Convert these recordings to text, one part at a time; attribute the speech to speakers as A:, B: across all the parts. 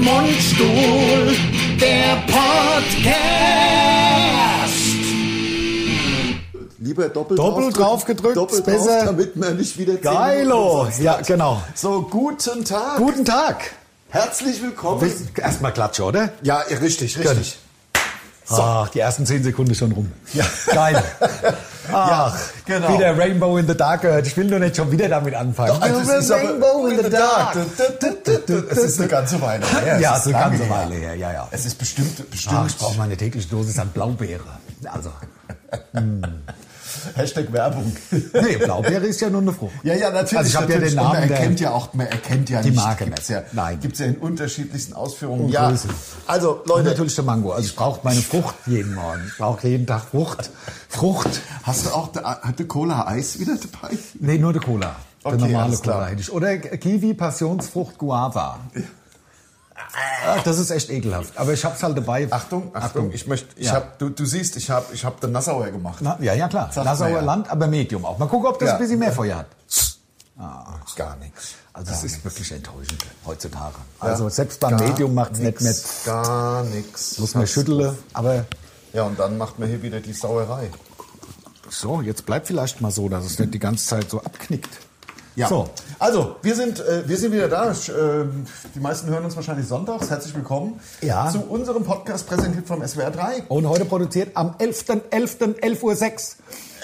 A: Mundstuhl, der Podcast.
B: Lieber doppelt,
A: Doppelt draufgedrückt,
B: doppelt
A: ist besser.
B: Drauf, damit man nicht wieder zehn Minuten
A: Geilo.
B: umsonst
A: Ja,
B: hat.
A: genau.
B: So, guten Tag.
A: Guten Tag.
B: Herzlich willkommen.
A: Erstmal Klatsche, oder?
B: ja, richtig, richtig.
A: Ach, Ah, die ersten zehn Sekunden schon rum.
B: Ja.
A: Geil.
B: Ja,
A: Ach,
B: genau.
A: wieder Rainbow in the Dark gehört. Ich will nur nicht schon wieder damit anfangen.
B: Also, es ist aber- Es ist eine ganze Weile her. Es
A: Ja,
B: ist
A: so
B: lange
A: ganze
B: her.
A: Weile her, ja, ja.
B: Es ist bestimmt,
A: Ach,
B: bestimmt.
A: ich brauche meine tägliche Dosis an Blaubeere. Also,
B: Hashtag Werbung.
A: nee, Blaubeere ist ja nur eine Frucht.
B: Ja, ja, natürlich.
A: Also ich habe ja
B: natürlich.
A: den
B: Und
A: Namen
B: Man
A: der-
B: erkennt ja auch, man erkennt ja
A: Die
B: nicht.
A: Marke
B: gibt's
A: nicht.
B: ja,
A: Nein.
B: Gibt's ja in unterschiedlichsten Ausführungen.
A: Und
B: ja.
A: Größen.
B: Also,
A: Und
B: Leute,
A: natürlich der Mango. Also ich brauche meine Frucht jeden Morgen. Ich brauche jeden Tag Frucht. Frucht.
B: hast du auch, hatte Cola Eis wieder dabei?
A: Nee, nur der Cola. Der
B: Okay,
A: normale
B: alles klar.
A: Cola hätte ich. Oder Kiwi, Passionsfrucht, Guava. Ach, das ist echt ekelhaft. Aber ich hab's halt dabei.
B: Achtung, Achtung, ich möchte, ich
A: Ja.
B: hab, du, du siehst, ich habe ich hab den Nassauer gemacht.
A: Na, ja, ja, klar.
B: Sagt
A: Nassauer
B: man ja.
A: Land, aber Medium auch. Mal gucken, ob das
B: Ja.
A: ein bisschen mehr Feuer hat.
B: Gar nichts.
A: Also es ist wirklich enttäuschend heutzutage.
B: Ja.
A: Also selbst beim
B: Gar
A: Medium macht's nicht
B: nix,
A: mehr.
B: Gar nichts.
A: Muss man schütteln. Aber
B: Ja, und dann macht man hier wieder die Sauerei.
A: so, jetzt bleibt vielleicht mal so, dass es nicht die ganze Zeit so abknickt.
B: Ja.
A: So.
B: Also, wir sind, äh, wir sind wieder da. Ich, äh, die meisten hören uns wahrscheinlich sonntags. Herzlich willkommen
A: Ja.
B: zu unserem Podcast, präsentiert vom SWR 3.
A: Und heute produziert am 11.11.11 Uhr 6.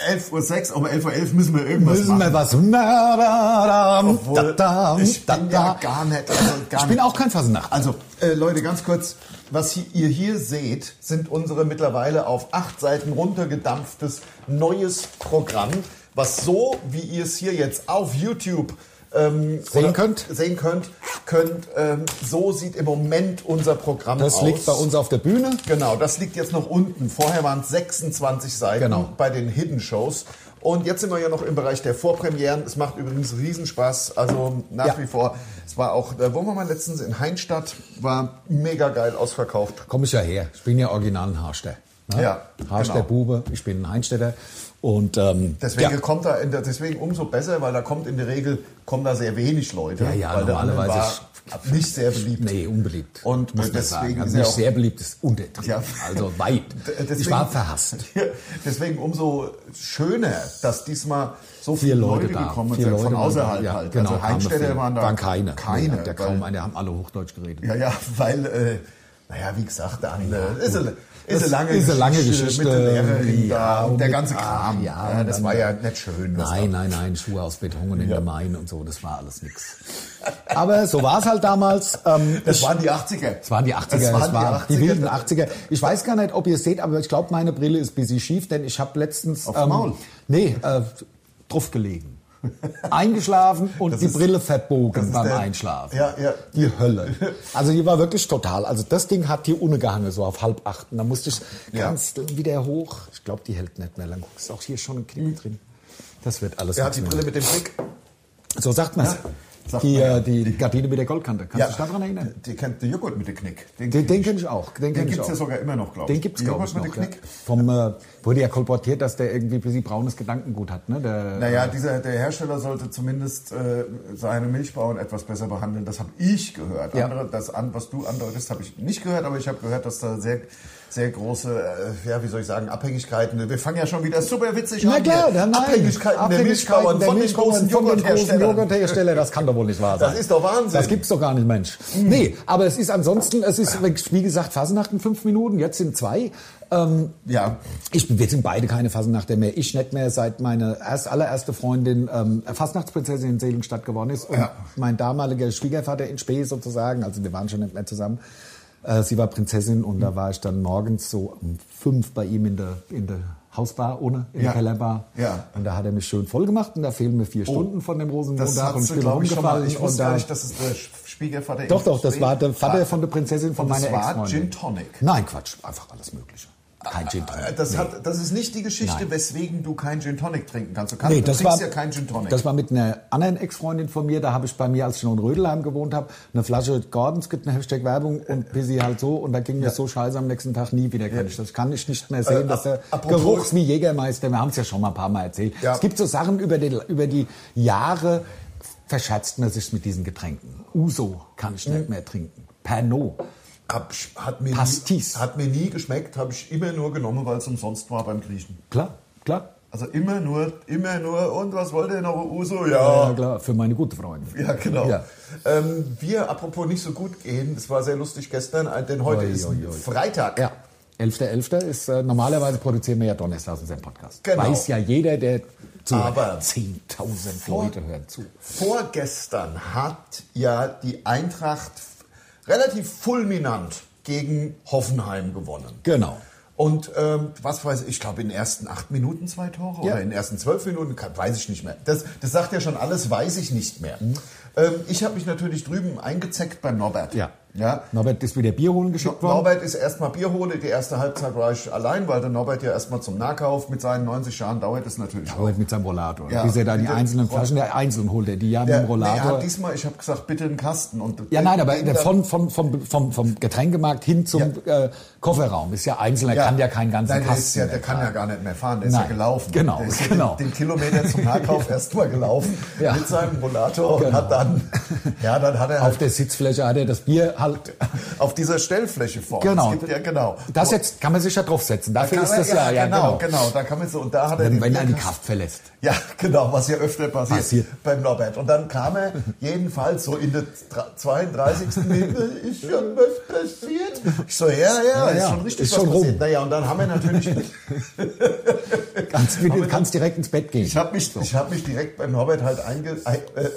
B: 11.06 Uhr, um 11.11 Uhr müssen wir irgendwas
A: Müssen wir
B: machen.
A: was. Na, da, da, da, da,
B: ich
A: da,
B: bin
A: da.
B: ja gar nicht. Also gar
A: Ich bin
B: nicht.
A: auch kein Fasenacht.
B: Also, äh, Leute, ganz kurz, was hi- ihr hier seht, sind unsere mittlerweile auf acht Seiten runtergedampftes neues Programm, was so, wie ihr es hier jetzt auf YouTube ähm,
A: Sehen
B: oder-
A: könnt.
B: sehen könnt, könnt ähm, so sieht im Moment unser Programm aus.
A: Das liegt bei uns auf der Bühne.
B: Genau, das liegt jetzt noch unten. Vorher waren es 26 Seiten
A: Genau.
B: bei den Hidden Shows. Und jetzt sind wir ja noch im Bereich der Vorpremieren. Es macht übrigens Riesenspaß. Also nach
A: Ja.
B: wie vor. Es war auch, da waren wir mal letztens in Heinstadt, war mega geil ausverkauft.
A: Komme ich ja her. Ich bin ja original ein Haarster. ne?
B: Ja,
A: Haarster
B: genau.
A: Bube. Ich bin ein Heinstädter. Und ähm,
B: Deswegen
A: ja.
B: kommt da, in der- deswegen umso besser, weil da kommt in der Regel kommen da sehr wenig Leute.
A: Ja, ja,
B: weil der
A: normalerweise
B: andere war nicht sehr beliebt.
A: Nee, unbeliebt.
B: Und
A: muss man sagen.
B: deswegen ist
A: Also
B: er
A: nicht
B: auch-
A: sehr beliebt ist untertrieben.
B: Ja.
A: Also weit.
B: D- deswegen-
A: ich war verhasst.
B: Deswegen umso schöner, dass diesmal so
A: Vier
B: viele
A: Leute,
B: Leute,
A: da.
B: gekommen
A: vier
B: sind
A: Leute
B: von
A: waren
B: außerhalb
A: da. Ja,
B: halt.
A: Genau,
B: also
A: kamen
B: Heinstädter
A: viele.
B: waren da.
A: Waren keine.
B: Keine.
A: Nee, der
B: weil,
A: kaum einer, haben alle Hochdeutsch geredet.
B: Ja, ja, weil, äh, naja, wie gesagt, da eine, ist, eine, ist eine lange
A: ist eine lange Geschichte.
B: mit der Lehrerin
A: Ja,
B: da und der
A: mit-
B: ganze
A: ah,
B: Kram.
A: ja,
B: ja,
A: und
B: das
A: dann-
B: war ja nicht schön. was
A: Nein, nein, nein, Schuhe aus Beton und in der Main und so, das war alles nix. Aber so war es halt damals. Ähm,
B: Das waren die 80er.
A: es waren die 80er,
B: Das
A: es
B: waren
A: waren,
B: die
A: die,
B: 80er.
A: wilden 80er. Ich weiß gar nicht, ob ihr es seht, aber ich glaube, meine Brille ist ein bisschen schief, denn ich habe letztens... ähm,
B: Auf Maul.
A: Nee, äh, drauf gelegen. Eingeschlafen und
B: Das
A: die
B: ist-
A: Brille verbogen
B: ist
A: beim
B: der-
A: Einschlafen.
B: Ja, ja.
A: Die Hölle. Also die war wirklich total. Also das Ding hat hier ohne gehangen, so auf halb acht. Und Da musste ich
B: Ja.
A: ganz wieder hoch. Ich glaube, die hält nicht mehr lang. Ist auch hier schon ein Knick drin. Das wird alles
B: Er hat
A: nichts
B: Mhm. die
A: mehr.
B: Brille mit dem Blick.
A: So sagt man's.
B: Ja, sagt
A: die,
B: man ja.
A: äh, die Gardine mit der Goldkante. Kannst du dich daran erinnern?
B: Die kennt den Joghurt mit dem Knick.
A: Den, den kenne ich auch. Den,
B: Den
A: kenn ich
B: gibt's
A: auch.
B: ja sogar immer noch, glaube ich.
A: Den gibt's
B: Den
A: glaube ich
B: Joghurt
A: noch.
B: mit
A: Ja.
B: dem Knick.
A: Vom, äh, wurde ja kolportiert, dass der irgendwie ein bisschen braunes Gedankengut hat. Ne? Der,
B: Naja, dieser, der Hersteller sollte zumindest äh, seine Milchbauern etwas besser behandeln. Das habe ich gehört.
A: Ja.
B: Andere, das an, was du andeutest, habe ich nicht gehört, aber ich habe gehört, dass da sehr, sehr große, äh, ja, wie soll ich sagen, Abhängigkeiten. Wir fangen ja schon wieder super witzig
A: Na
B: an.
A: klar,
B: hier.
A: dann nein.
B: Abhängigkeiten, der Milchbauern
A: der
B: von den
A: Milchbauern
B: großen
A: von den großen
B: Joghurtherstellern.
A: Joghurthersteller. Das kann doch wohl nicht wahr sein.
B: Das ist doch Wahnsinn. Mm.
A: Das gibt's doch gar nicht, Mensch. Nee, aber es ist ansonsten, es ist, wie gesagt, Fasernachten fünf Minuten, jetzt sind zwei. Ähm,
B: Ja.
A: Ich, wir sind beide keine Fasnachter mehr. Ich nicht mehr, seit meine erst, allererste Freundin ähm, Fastnachtsprinzessin in Seligenstadt geworden ist. Und
B: Ja.
A: mein damaliger Schwiegervater in Spee sozusagen, also wir waren schon nicht mehr zusammen. Äh, sie war Prinzessin und
B: Mhm.
A: da war ich dann morgens so um fünf bei ihm in der, in der Hausbar, ohne, in
B: Ja.
A: der Kellerbar.
B: Ja. Oh,
A: Und da hat er mich schön voll gemacht und da fehlen mir vier Stunden von dem Rosenmontag
B: Das hat
A: und
B: sie, glaube ich, schon mal.
A: rumgefallen
B: Ich
A: und
B: wusste
A: da-
B: gar nicht, dass es der Sch- Schwiegervater
A: Doch, doch, das
B: ist.
A: war der Vater von der Prinzessin von
B: Und das
A: meiner
B: war
A: Ex-Freundin.
B: Gin Tonic.
A: Nein, Quatsch, einfach alles Mögliche. Kein Gin Tonic.
B: Das,
A: nee.
B: hat, das ist nicht die Geschichte,
A: Nein.
B: weswegen du keinen Gin Tonic trinken kannst. Du, kannst,
A: Nee,
B: du
A: das
B: trinkst
A: war,
B: ja keinen Gin Tonic.
A: das war mit einer anderen Ex-Freundin von mir. Da habe ich bei mir, als ich noch in Rödelheim gewohnt habe, eine Flasche Gordons, gibt eine Hashtag Werbung und Pissi halt so. Und da ging mir so scheiße am nächsten Tag nie wieder. Kann ich, das kann ich nicht mehr sehen.
B: Äh,
A: dass der
B: apropos-
A: Geruch ist wie Jägermeister. Wir haben es ja schon mal ein paar Mal erzählt.
B: Ja.
A: Es gibt so Sachen über die, über die
B: Hm.
A: Jahre verschätzt man sich mit diesen Getränken. Uso kann ich nicht mehr trinken. Pernod.
B: Hab, ich- hat, mir nie,
A: Pastis.
B: hat mir nie geschmeckt, habe ich immer nur genommen, weil es umsonst war beim Griechen.
A: Klar, klar.
B: Also immer nur, immer nur, und was wollt ihr noch, Uso?
A: Ja,
B: Ja,
A: klar, für meine gute Freunde.
B: Ja, genau.
A: Ja.
B: Ähm, wir, apropos nicht so gut gehen, es war sehr lustig gestern, äh, denn heute
A: Oi,
B: ist
A: oi, oi.
B: Freitag.
A: Ja. 11.11. ist, äh, normalerweise produzieren wir ja Donnerstags unseren Podcast.
B: Genau.
A: Weiß ja jeder, der zu
B: Aber
A: 10.000
B: vor-
A: Leute hören zu.
B: Vorgestern hat ja die Eintracht f- relativ fulminant gegen Hoffenheim gewonnen.
A: Genau.
B: Und ähm, was weiß ich, ich glaube in den ersten acht Minuten zwei Tore
A: Ja.
B: oder in den ersten zwölf Minuten, kann, weiß ich nicht mehr. Das, das sagt ja schon alles, weiß ich nicht mehr.
A: Mhm.
B: Ähm, ich habe mich natürlich drüben eingezeckt beim Norbert.
A: Ja.
B: ja.
A: Norbert ist wieder Bier holen geschickt worden.
B: Norbert ist erstmal Bierhole, die erste Halbzeit war ich allein, weil der Norbert ja erstmal zum Nahkauf mit seinen 90 Jahren dauert es natürlich. auch.
A: Norbert mit seinem Rollator.
B: Ja.
A: Ja. Bis er da die
B: Ja.
A: einzelnen Flaschen, der einzeln holt er die ja mit
B: Der,
A: dem
B: nee, er
A: Rollator.
B: hat diesmal, ich habe gesagt, bitte einen Kasten. Und
A: ja, nein, aber
B: dem
A: der
B: dann-
A: von, vom, vom, vom, vom Getränkemarkt hin zum äh, Kofferraum ist ja einzeln, er kann ja keinen ganzen
B: Nein, der
A: Kasten.
B: ist ja, der
A: mehr
B: kann ja
A: tragen.
B: gar nicht mehr fahren, der ist
A: Nein.
B: ja gelaufen.
A: Genau,
B: der ist ja
A: genau.
B: Den, den Kilometer zum Nahkauf erstmal gelaufen
A: Ja.
B: mit seinem Rollator und
A: Genau.
B: hat dann, ja, dann hat er
A: Auf
B: halt
A: der Sitzfläche hat er das Bier halt.
B: auf, dieser Stellfläche vorne.
A: Genau.
B: Es gibt, ja, genau.
A: Das
B: Wo-
A: jetzt kann man sich ja draufsetzen. Dafür
B: kann
A: ist
B: er-
A: das ja, ja,
B: genau,
A: genau.
B: genau. Da kann man so, und da hat er
A: Wenn,
B: den
A: wenn er die
B: Bierkasten-
A: Kraft verlässt.
B: Ja, genau, was ja öfter passiert,
A: Passiert.
B: beim Norbert. Und dann kam er jedenfalls so in der dra- 32. Minute, ist schon was passiert. Ich so, ja, ja, ist
A: ja,
B: schon richtig
A: ist
B: was
A: schon rum.
B: passiert. Naja, und dann haben wir natürlich,
A: Kannst, du kannst direkt ins Bett gehen.
B: ich habe mich, ich hab mich direkt beim Norbert halt einge, ein, äh,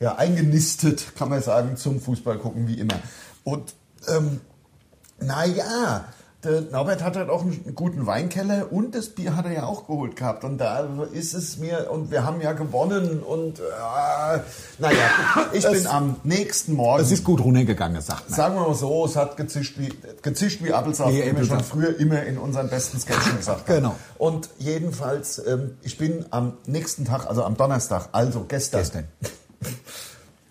B: ja, eingenistet, kann man sagen, zum Fußball gucken, wie immer. Und ähm, naja, der Norbert hat halt auch einen guten Weinkeller und das Bier hat er ja auch geholt gehabt. Und da ist es mir, und wir haben ja gewonnen. Und äh, naja, ich bin am nächsten Morgen.
A: Es ist gut runtergegangen, sagt man.
B: Sagen wir mal so, es hat gezischt wie, gezischt wie Apfelsaft,
A: Wie
B: wie wir schon
A: Apfelsaft.
B: früher immer in unseren besten Sketchen gesagt haben.
A: Genau.
B: Und jedenfalls, ähm, ich bin am nächsten Tag, also am Donnerstag, also gestern.
A: Gestern.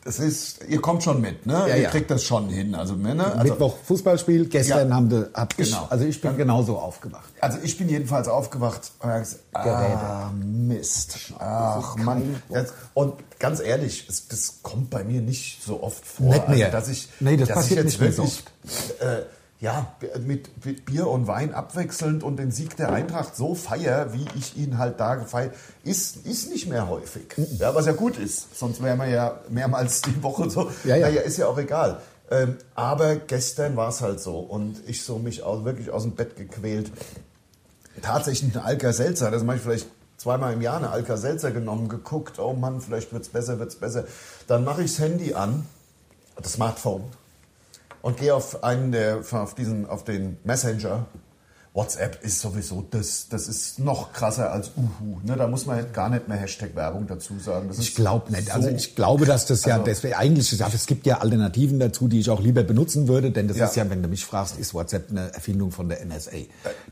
B: Das ist, ihr kommt schon mit, ne?
A: Ja,
B: ihr
A: ja.
B: kriegt das schon hin. Also Männer, also
A: Mittwoch Fußballspiel, gestern
B: Ja.
A: haben die, hab ich,
B: Genau.
A: also ich bin genauso aufgewacht.
B: Also ich bin jedenfalls aufgewacht und hab gesagt, ah, Mist. Ach Mann. Das, und ganz ehrlich, es, das kommt bei mir nicht so oft vor. also,
A: Nicht mehr.
B: dass ich,
A: Nee, das
B: dass
A: passiert
B: ich
A: nicht
B: jetzt
A: mehr so
B: wirklich, äh, ja, b- mit, mit Bier und Wein abwechselnd und den Sieg der Eintracht so feier, wie ich ihn halt da gefeiert, ist, ist nicht mehr häufig. Ja, was ja gut ist, sonst wären wir ja mehrmals die Woche so.
A: Ja, ja.
B: Naja, ist ja auch egal. Ähm, aber gestern war es halt so und ich so mich auch wirklich aus dem Bett gequält tatsächlich eine Alka-Seltzer, das mache ich vielleicht zweimal im Jahr eine Alka-Seltzer genommen, geguckt, oh Mann, vielleicht wird's besser, wird's besser. Dann mache ich das Handy an, das Smartphone, und gehe auf einen der, auf diesen, auf den Messenger. WhatsApp ist sowieso, das, das ist noch krasser als Uhu. Ne, da muss man halt gar nicht mehr Hashtag Werbung dazu sagen. Das
A: Ich glaube nicht. Also ich glaube, dass das ja,
B: Also-
A: deswegen, eigentlich gesagt, es gibt ja Alternativen dazu, die ich auch lieber benutzen würde, denn das
B: Ja.
A: ist ja, wenn du mich fragst, ist WhatsApp eine Erfindung von der NSA.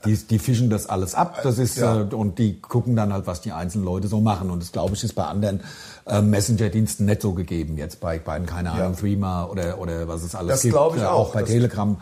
A: Die, die fischen das alles ab, das ist,
B: Ja.
A: äh, und die gucken dann halt, was die einzelnen Leute so machen. Und das glaube ich, ist bei anderen äh, Messenger-Diensten nicht so gegeben. Jetzt bei, bei keine Ahnung, Threema oder, oder was es alles
B: Das
A: gibt.
B: glaube ich
A: äh,
B: auch.
A: Auch bei
B: Das-
A: Telegram.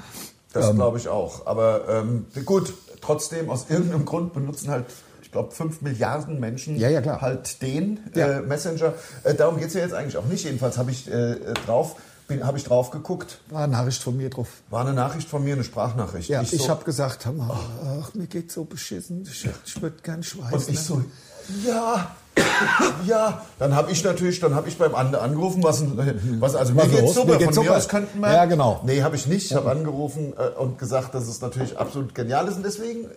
B: Das
A: ähm,
B: glaube ich auch. Aber ähm, gut, trotzdem, aus irgendeinem Grund benutzen halt, ich glaube, 5 Milliarden Menschen
A: Ja, ja, klar.
B: halt den äh,
A: Ja.
B: Messenger. Äh, darum geht es ja jetzt eigentlich auch nicht. Jedenfalls habe ich äh, drauf. Bin, habe ich drauf geguckt,
A: War eine Nachricht von mir drauf.
B: war eine Nachricht von mir, eine Sprachnachricht.
A: Ja, ich,
B: so,
A: habe gesagt, hör mal, ach, mir geht so beschissen, ich, ich würde gern schweißen.
B: und ich so, ja, ja. Dann habe ich natürlich, dann habe ich beim anderen angerufen, was, ein- was also mir
A: Was
B: geht's
A: los?
B: super,
A: Mir geht's
B: von mir
A: super.
B: aus könnten wir.
A: Ja, genau.
B: Nee, habe ich nicht. Ich habe angerufen äh, und gesagt, dass es natürlich absolut genial ist und deswegen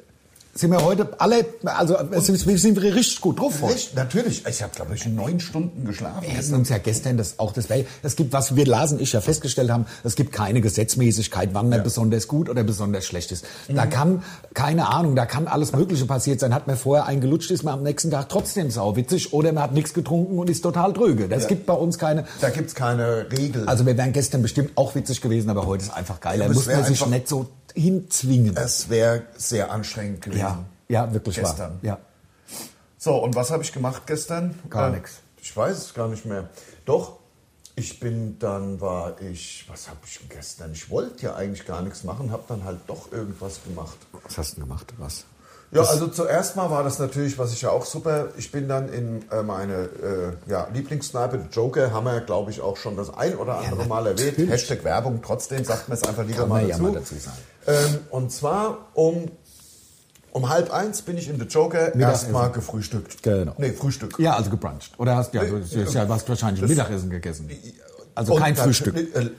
A: sind wir heute alle, also es sind, wir sind richtig gut drauf heute.
B: Echt? Natürlich. Ich habe, glaube ich, neun Stunden geschlafen.
A: Wir hätten uns ja gestern das auch das wäre- es gibt was wir Lars und ich ja festgestellt haben es gibt keine Gesetzmäßigkeit wann man besonders gut oder besonders schlecht ist da kann keine Ahnung da kann alles Mögliche passiert sein hat man vorher eingelutscht ist man am nächsten Tag trotzdem sauwitzig oder man hat nichts getrunken und ist total dröge das
B: Ja.
A: gibt bei uns keine
B: Da gibt's keine Regel.
A: also wir wären gestern bestimmt auch witzig gewesen aber heute ist einfach geiler
B: aber es
A: muss man
B: wär
A: sich
B: einfach-
A: nicht so hinzwingen
B: es wäre sehr anstrengend gewesen.
A: ja ja wirklich wahr
B: Gestern.
A: ja
B: So, und was habe ich gemacht gestern?
A: Gar nix.
B: Ich weiß es gar nicht mehr. Doch, ich bin dann, war ich, was habe ich gestern? Ich wollte ja eigentlich gar nichts machen, habe dann halt doch irgendwas gemacht.
A: was hast du denn gemacht was
B: Ja, also zuerst mal war das natürlich, was ich ja auch super, ich bin dann in äh, meine äh, ja, Lieblingskneipe, The Joker, haben wir, glaube ich, auch schon das ein oder andere Mal erwähnt. Hashtag Werbung, trotzdem sagt man es einfach lieber
A: Kann
B: mal
A: man ja
B: dazu.
A: mal dazu sagen.
B: Ähm, und zwar um, um halb eins bin ich in The Joker erstmal gefrühstückt.
A: Genau.
B: Nee, Frühstück.
A: Ja, also gebruncht. Oder hast ja, du hast ja, hast wahrscheinlich Mittagessen gegessen. Also
B: Und
A: kein
B: dann-
A: Frühstück. Also-
B: äh,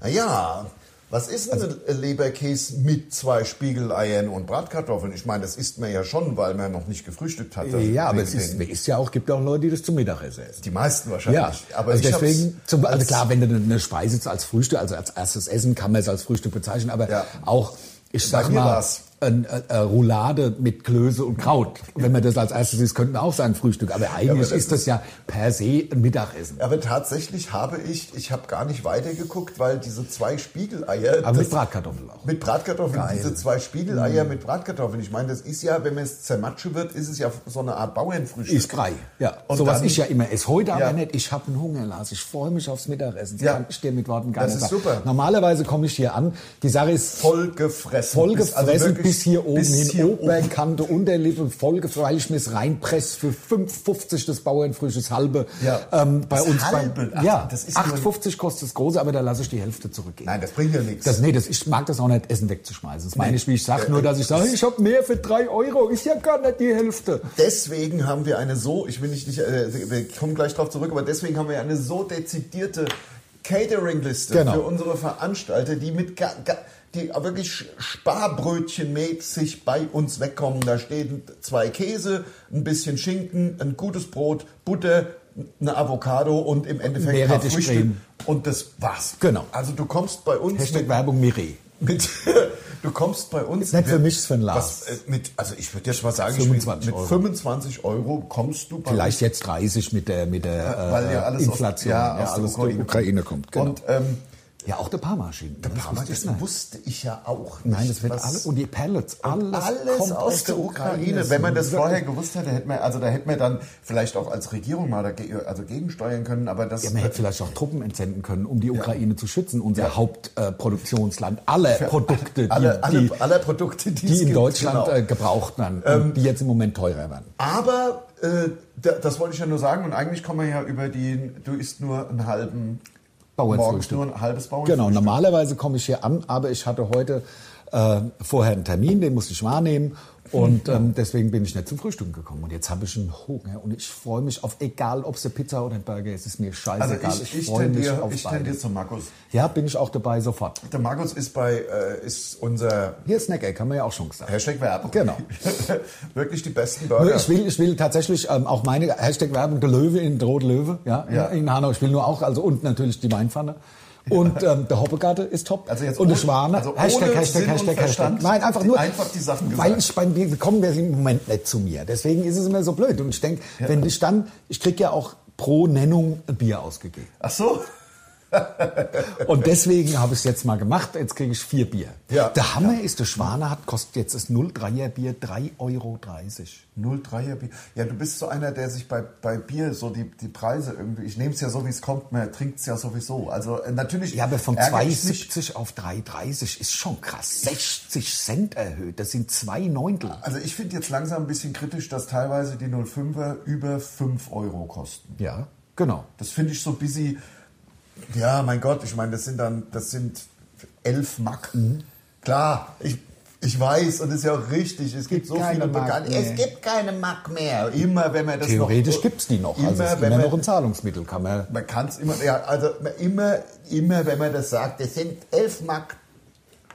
B: Naja, was ist denn ein äh, Leberkäse mit zwei Spiegeleiern und Bratkartoffeln? Ich meine, das isst man ja schon, weil man noch nicht gefrühstückt hat.
A: Ja, aber
B: Den-
A: es ist,
B: den-
A: ist ja auch, gibt ja auch Leute, die das zum Mittagessen essen.
B: Die meisten
A: Ja,
B: wahrscheinlich.
A: aber also
B: hab's
A: deswegen, zum, also
B: als-
A: klar, wenn du eine Speise zu- als Frühstück, also als erstes Essen kann man es als Frühstück bezeichnen, aber
B: Ja.
A: auch, ich
B: Bei
A: sag
B: mir
A: mal,
B: war's.
A: ein, äh, äh, Roulade mit Klöße und Kraut. Wenn man das als erstes isst, könnte man auch sein Frühstück, aber eigentlich
B: aber das
A: ist das ja per se ein Mittagessen.
B: Aber tatsächlich habe ich, ich habe gar nicht weitergeguckt, weil diese zwei Spiegeleier.
A: aber mit
B: das-
A: Bratkartoffeln auch.
B: Mit Bratkartoffeln, diese zwei Spiegeleier
A: Mhm.
B: mit Bratkartoffeln. Ich meine, das ist ja, wenn man es zermatsche wird, ist es ja so eine Art Bauernfrühstück.
A: Ist Brei, ja.
B: Und
A: so was
B: dann-
A: ich ja immer esse. Heute
B: Ja.
A: aber nicht. Ich habe einen Hunger, Lars. Ich freue mich aufs Mittagessen. Das
B: Ja.
A: kann ich dir mit Worten gar
B: Das
A: nicht
B: ist
A: sagen.
B: super.
A: Normalerweise komme ich hier an. Die Sache ist
B: voll gefressen.
A: vollgefressen
B: Bis- also wirklich
A: bis hier oben
B: bis
A: hin. Oh,
B: hier oben.
A: Oberkante, Unterlippe, vollgefressen, weil ich mir's reinpresse für 5,50 das Bauernfrisches halbe.
B: Ja.
A: Ähm, bei
B: Das
A: uns
B: halbe? Ach,
A: Beim, ja,
B: das ist nur-
A: 8,50 kostet das große, aber da lasse ich die Hälfte zurückgehen.
B: Nein, das bringt ja nichts.
A: Das, nee, das, ich mag das auch nicht, Essen wegzuschmeißen. Das meine ich, wie ich sage, nur dass ich sage, ich habe mehr für 3 Euro, ist ja gar nicht die Hälfte.
B: deswegen haben wir eine so, ich will nicht, nicht äh, wir kommen gleich drauf zurück, aber deswegen haben wir eine so dezidierte Catering-Liste
A: Genau.
B: für unsere Veranstalter, die mit ga, ga, die wirklich sch- Sparbrötchenmäßig bei uns wegkommen. Da stehen zwei Käse, ein bisschen Schinken, ein gutes Brot, Butter, eine Avocado und im Endeffekt ein paar
A: Meerrettich
B: Früchte.
A: Creme.
B: Und das war's.
A: Genau.
B: Also du kommst bei uns
A: Hashtag Werbung Mireille.
B: mit, du kommst bei uns.
A: Nicht für
B: mit-
A: mich, ist für den Lars.
B: Was, äh, mit, also ich würde jetzt mal sagen,
A: 25
B: ich bin,
A: Euro.
B: mit 25 Euro kommst du bei
A: Vielleicht jetzt 30 mit der, mit der
B: weil ja
A: äh,
B: alles aus-
A: Inflation,
B: ja, aus der
A: alles
B: Ukraine
A: der Ukraine kommt. Genau.
B: Und ähm,
A: ja, auch der Parmaschinen. Der
B: Parma, das wusste ich ja auch nicht.
A: Nein, das wird
B: was-
A: alles, und die Pellets, alles,
B: alles
A: kommt
B: aus der Ukraine. Wenn man das vorher gewusst hätte, hätte man, also da hätte man dann vielleicht auch als Regierung mal dagegen, also gegensteuern können, aber das
A: Ja, man hätte vielleicht auch Truppen entsenden können, um die Ukraine zu schützen, unser Hauptproduktionsland. alle Produkte, die,
B: alle, alle,
A: die,
B: alle Produkte, die, es
A: die in
B: gibt,
A: Deutschland
B: genau. Ähm,
A: äh, gebraucht werden, und die jetzt im Moment teurer werden.
B: Aber äh, da, das wollte ich ja nur sagen und eigentlich kommen wir ja über die, du isst nur einen halben, morgens
A: Bauernfrühstück.
B: nur ein halbes Bauernfrühstück.
A: Genau, normalerweise komme ich hier an, aber ich hatte heute äh, vorher einen Termin, den musste ich wahrnehmen und ähm, deswegen bin ich nicht zum Frühstück gekommen. Und jetzt habe ich einen Hunger und ich freue mich auf, egal ob es eine Pizza oder ein Burger ist, ist mir
B: Also
A: scheißegal.
B: ich, ich,
A: freue mich
B: tendiere,
A: auf
B: ich
A: beide.
B: tendiere zu Markus.
A: Ja, bin ich auch dabei sofort.
B: Der Markus ist bei, äh, ist unser
A: Hier Snack-Egg, haben wir ja auch schon gesagt.
B: Hashtag Werbung.
A: Genau.
B: Wirklich die besten
A: Nur
B: Burger.
A: ich will, ich will tatsächlich ähm, auch meine Hashtag Werbung der Löwe in der Rote Löwe, ja, in,
B: Ja.
A: in Hanau. Ich will nur auch, also und natürlich die Weinpfanne. Und ähm, der Hoppegarte ist top.
B: Also jetzt
A: und der
B: ohne-
A: Schwane.
B: also ohne Sinn und Verstand.
A: Nein, einfach nur.
B: Einfach die Sachen gesagt.
A: Weil ich bei mir kommen wir im Moment nicht zu mir. Deswegen ist es immer so blöd. Und ich denke, wenn ich dann, ich krieg ja auch pro Nennung ein Bier ausgegeben.
B: Ach so.
A: Und deswegen habe ich es jetzt mal gemacht. Jetzt kriege ich vier Bier.
B: Ja.
A: Der Hammer ist, der Schwane hat, kostet jetzt das 03er Bier 3,30 Euro.
B: 03er Bier. Ja, du bist so einer, der sich bei, bei Bier so die, die Preise irgendwie. Ich nehme es ja so, wie es kommt, man trinkt es ja sowieso. Also äh, natürlich.
A: Ja, aber von
B: ärgere ich mich.
A: 2,70 auf 3,30 ist schon krass. 60 Cent erhöht, das sind zwei Neuntel.
B: Also ich finde jetzt langsam ein bisschen kritisch, dass teilweise die 05er über 5 Euro kosten.
A: Ja, genau.
B: Das finde ich so busy. Ja, mein Gott, ich meine, das sind dann, das sind elf Mack. Klar, ich, ich weiß und ist ja auch richtig. Es
A: Gibt
B: gibt, so
A: keine
B: viele
A: Mack
B: bekannte.
A: mehr.
B: Es gibt keine Mack mehr. Immer wenn man das
A: Theoretisch
B: noch,
A: gibt's die noch.
B: Immer
A: also es ist
B: wenn
A: immer
B: man
A: noch ein Zahlungsmittel, kann man.
B: man kann es immer, ja, also immer, immer, wenn man das sagt, das sind 11 Mark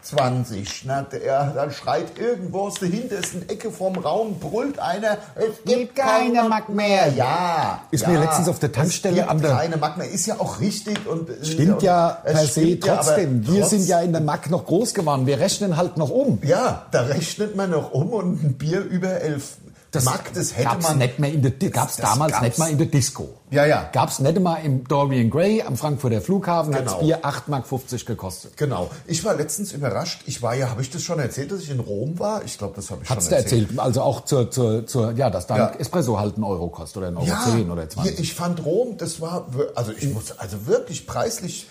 B: 20, ne, ja, dann schreit irgendwo aus der hintersten Ecke vom Raum, brüllt einer, es gibt keine, Mark mehr. Ja.
A: Ist
B: ja,
A: mir letztens auf der
B: es
A: Tankstelle
B: gibt
A: an der-
B: Keine Mark mehr, ist ja auch richtig und. äh,
A: Stimmt
B: und-
A: ja
B: es
A: per se
B: stimmt ja, aber
A: trotzdem. wir
B: trotz-
A: sind ja in der Mark noch groß geworden. Wir rechnen halt noch um.
B: Ja, da rechnet man noch um und ein Bier über 11 Mark, das hätte
A: gab's
B: man.
A: Nicht mehr in der, Di- gab's
B: das
A: damals
B: gab's.
A: nicht mal in der Disco.
B: Ja, ja.
A: Gab's nicht mal im Dorian Gray am Frankfurter Flughafen, hat's
B: Genau.
A: Bier 8,50 Mark gekostet.
B: Genau. Ich war letztens überrascht. Ich war ja, habe ich das schon erzählt, dass ich in Rom war? Ich glaube, das habe ich
A: Hat's
B: schon
A: dir
B: erzählt.
A: erzählt. Also auch zur, zur, zur ja, dass dann
B: Ja.
A: Espresso halt einen Euro kostet oder einen Euro
B: Ja,
A: 10 oder Hm. 20.
B: hier, ich fand Rom, das war, wir- also ich muss, also wirklich preislich,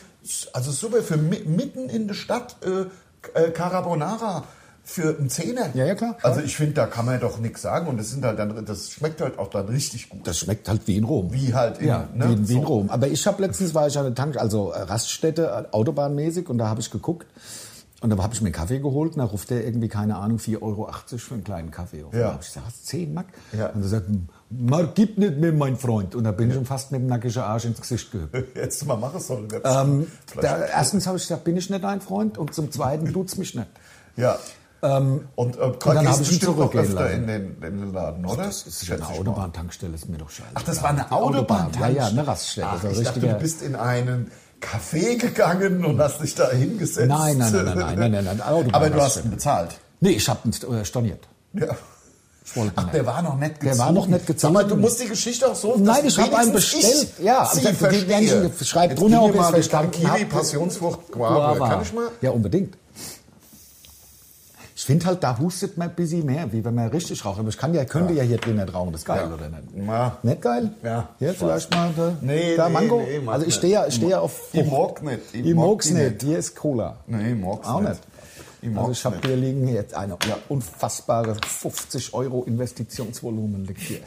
B: also super für mi- mitten in der Stadt äh, äh, Carbonara. für einen Zehner.
A: Ja, ja, klar.
B: Also ich finde, da kann man doch nichts sagen und das sind halt dann, das schmeckt halt auch dann richtig gut.
A: Das schmeckt halt wie in Rom.
B: Wie halt in,
A: ja,
B: ne?
A: wie, in- wie in
B: So.
A: Rom. Aber ich habe letztens war ich an der Tank, also äh, Raststätte, äh, Autobahnmäßig, und da habe ich geguckt. Und da habe ich mir einen Kaffee geholt und da ruft der irgendwie, keine Ahnung, 4,80 Euro für einen kleinen Kaffee auf. Und da
B: Ja.
A: habe ich gesagt, hast 10 Mark?
B: Ja.
A: Und er sagt, Mark, gib nicht mehr, mein Freund. Und da bin ich ihm fast mit dem nackischen Arsch ins Gesicht gehüpft.
B: Jetzt mal mach es doch.
A: Ähm,
B: Vielleicht-
A: da, erstens habe ich gesagt, bin ich nicht dein Freund? Und zum Zweiten tut's mich nicht.
B: ja. und äh, und
A: ähm, dann
B: dann
A: hab
B: habe
A: ich ihn
B: ich bestimmt noch
A: zurückgehen
B: öfter
A: lassen.
B: in den, in den Laden, oder?
A: Das ist ja eine
B: Schätze ich mal.
A: Autobahntankstelle, ist mir doch scheiße.
B: Ach, das war eine
A: Die Autobahn.
B: Autobahn.
A: Ja, ja, eine Raststätte.
B: Ach,
A: so ein
B: ich dachte,
A: richtiger-
B: du bist in einen Café gegangen und hast dich da hingesetzt.
A: Nein, nein, nein, nein, nein, nein, nein, nein, Autobahn-
B: Aber du hast
A: Raststätte.
B: ihn bezahlt.
A: Nee, ich habe ihn äh, storniert.
B: Ja.
A: Ich wollte
B: Ach,
A: nicht.
B: der war noch nett gezogen.
A: Der war noch nicht gezogen.
B: Sag mal, du musst die Geschichte auch so.
A: Nein,
B: dass
A: ich hab einen
B: wenigstens
A: bestellt.
B: ich
A: Ja,
B: sie
A: aber die
B: verstehe.
A: Menschen- schreibt
B: Jetzt
A: drunter,
B: gib
A: ob ihr's
B: mir mal den
A: verstanden
B: Kiwi,
A: habt.
B: Passionsfrucht, Guava.
A: Guava.
B: Kann ich mal?
A: Ja, unbedingt. Ich finde halt, da hustet man ein bisschen mehr, wie wenn man richtig raucht. Aber ich kann ja, könnte ja, hier drin nicht rauchen. Das ist geil,
B: Ja.
A: oder nicht?
B: Ja.
A: Nicht geil?
B: Ja.
A: Hier vielleicht mal da,
B: Nee,
A: da
B: nee,
A: Mango.
B: nee, mag
A: also ich
B: nicht.
A: stehe ja, ich stehe ja auf
B: Ich
A: Frucht.
B: mag nicht. Ich
A: Ich
B: mag
A: mag's
B: die
A: nicht.
B: nicht.
A: Hier ist Cola.
B: Nee, ich mag's
A: Auch
B: nicht.
A: nicht.
B: Ich
A: also
B: mag's
A: ich habe
B: nicht.
A: hier liegen jetzt eine unfassbare 50 Euro Investitionsvolumen liegt hier.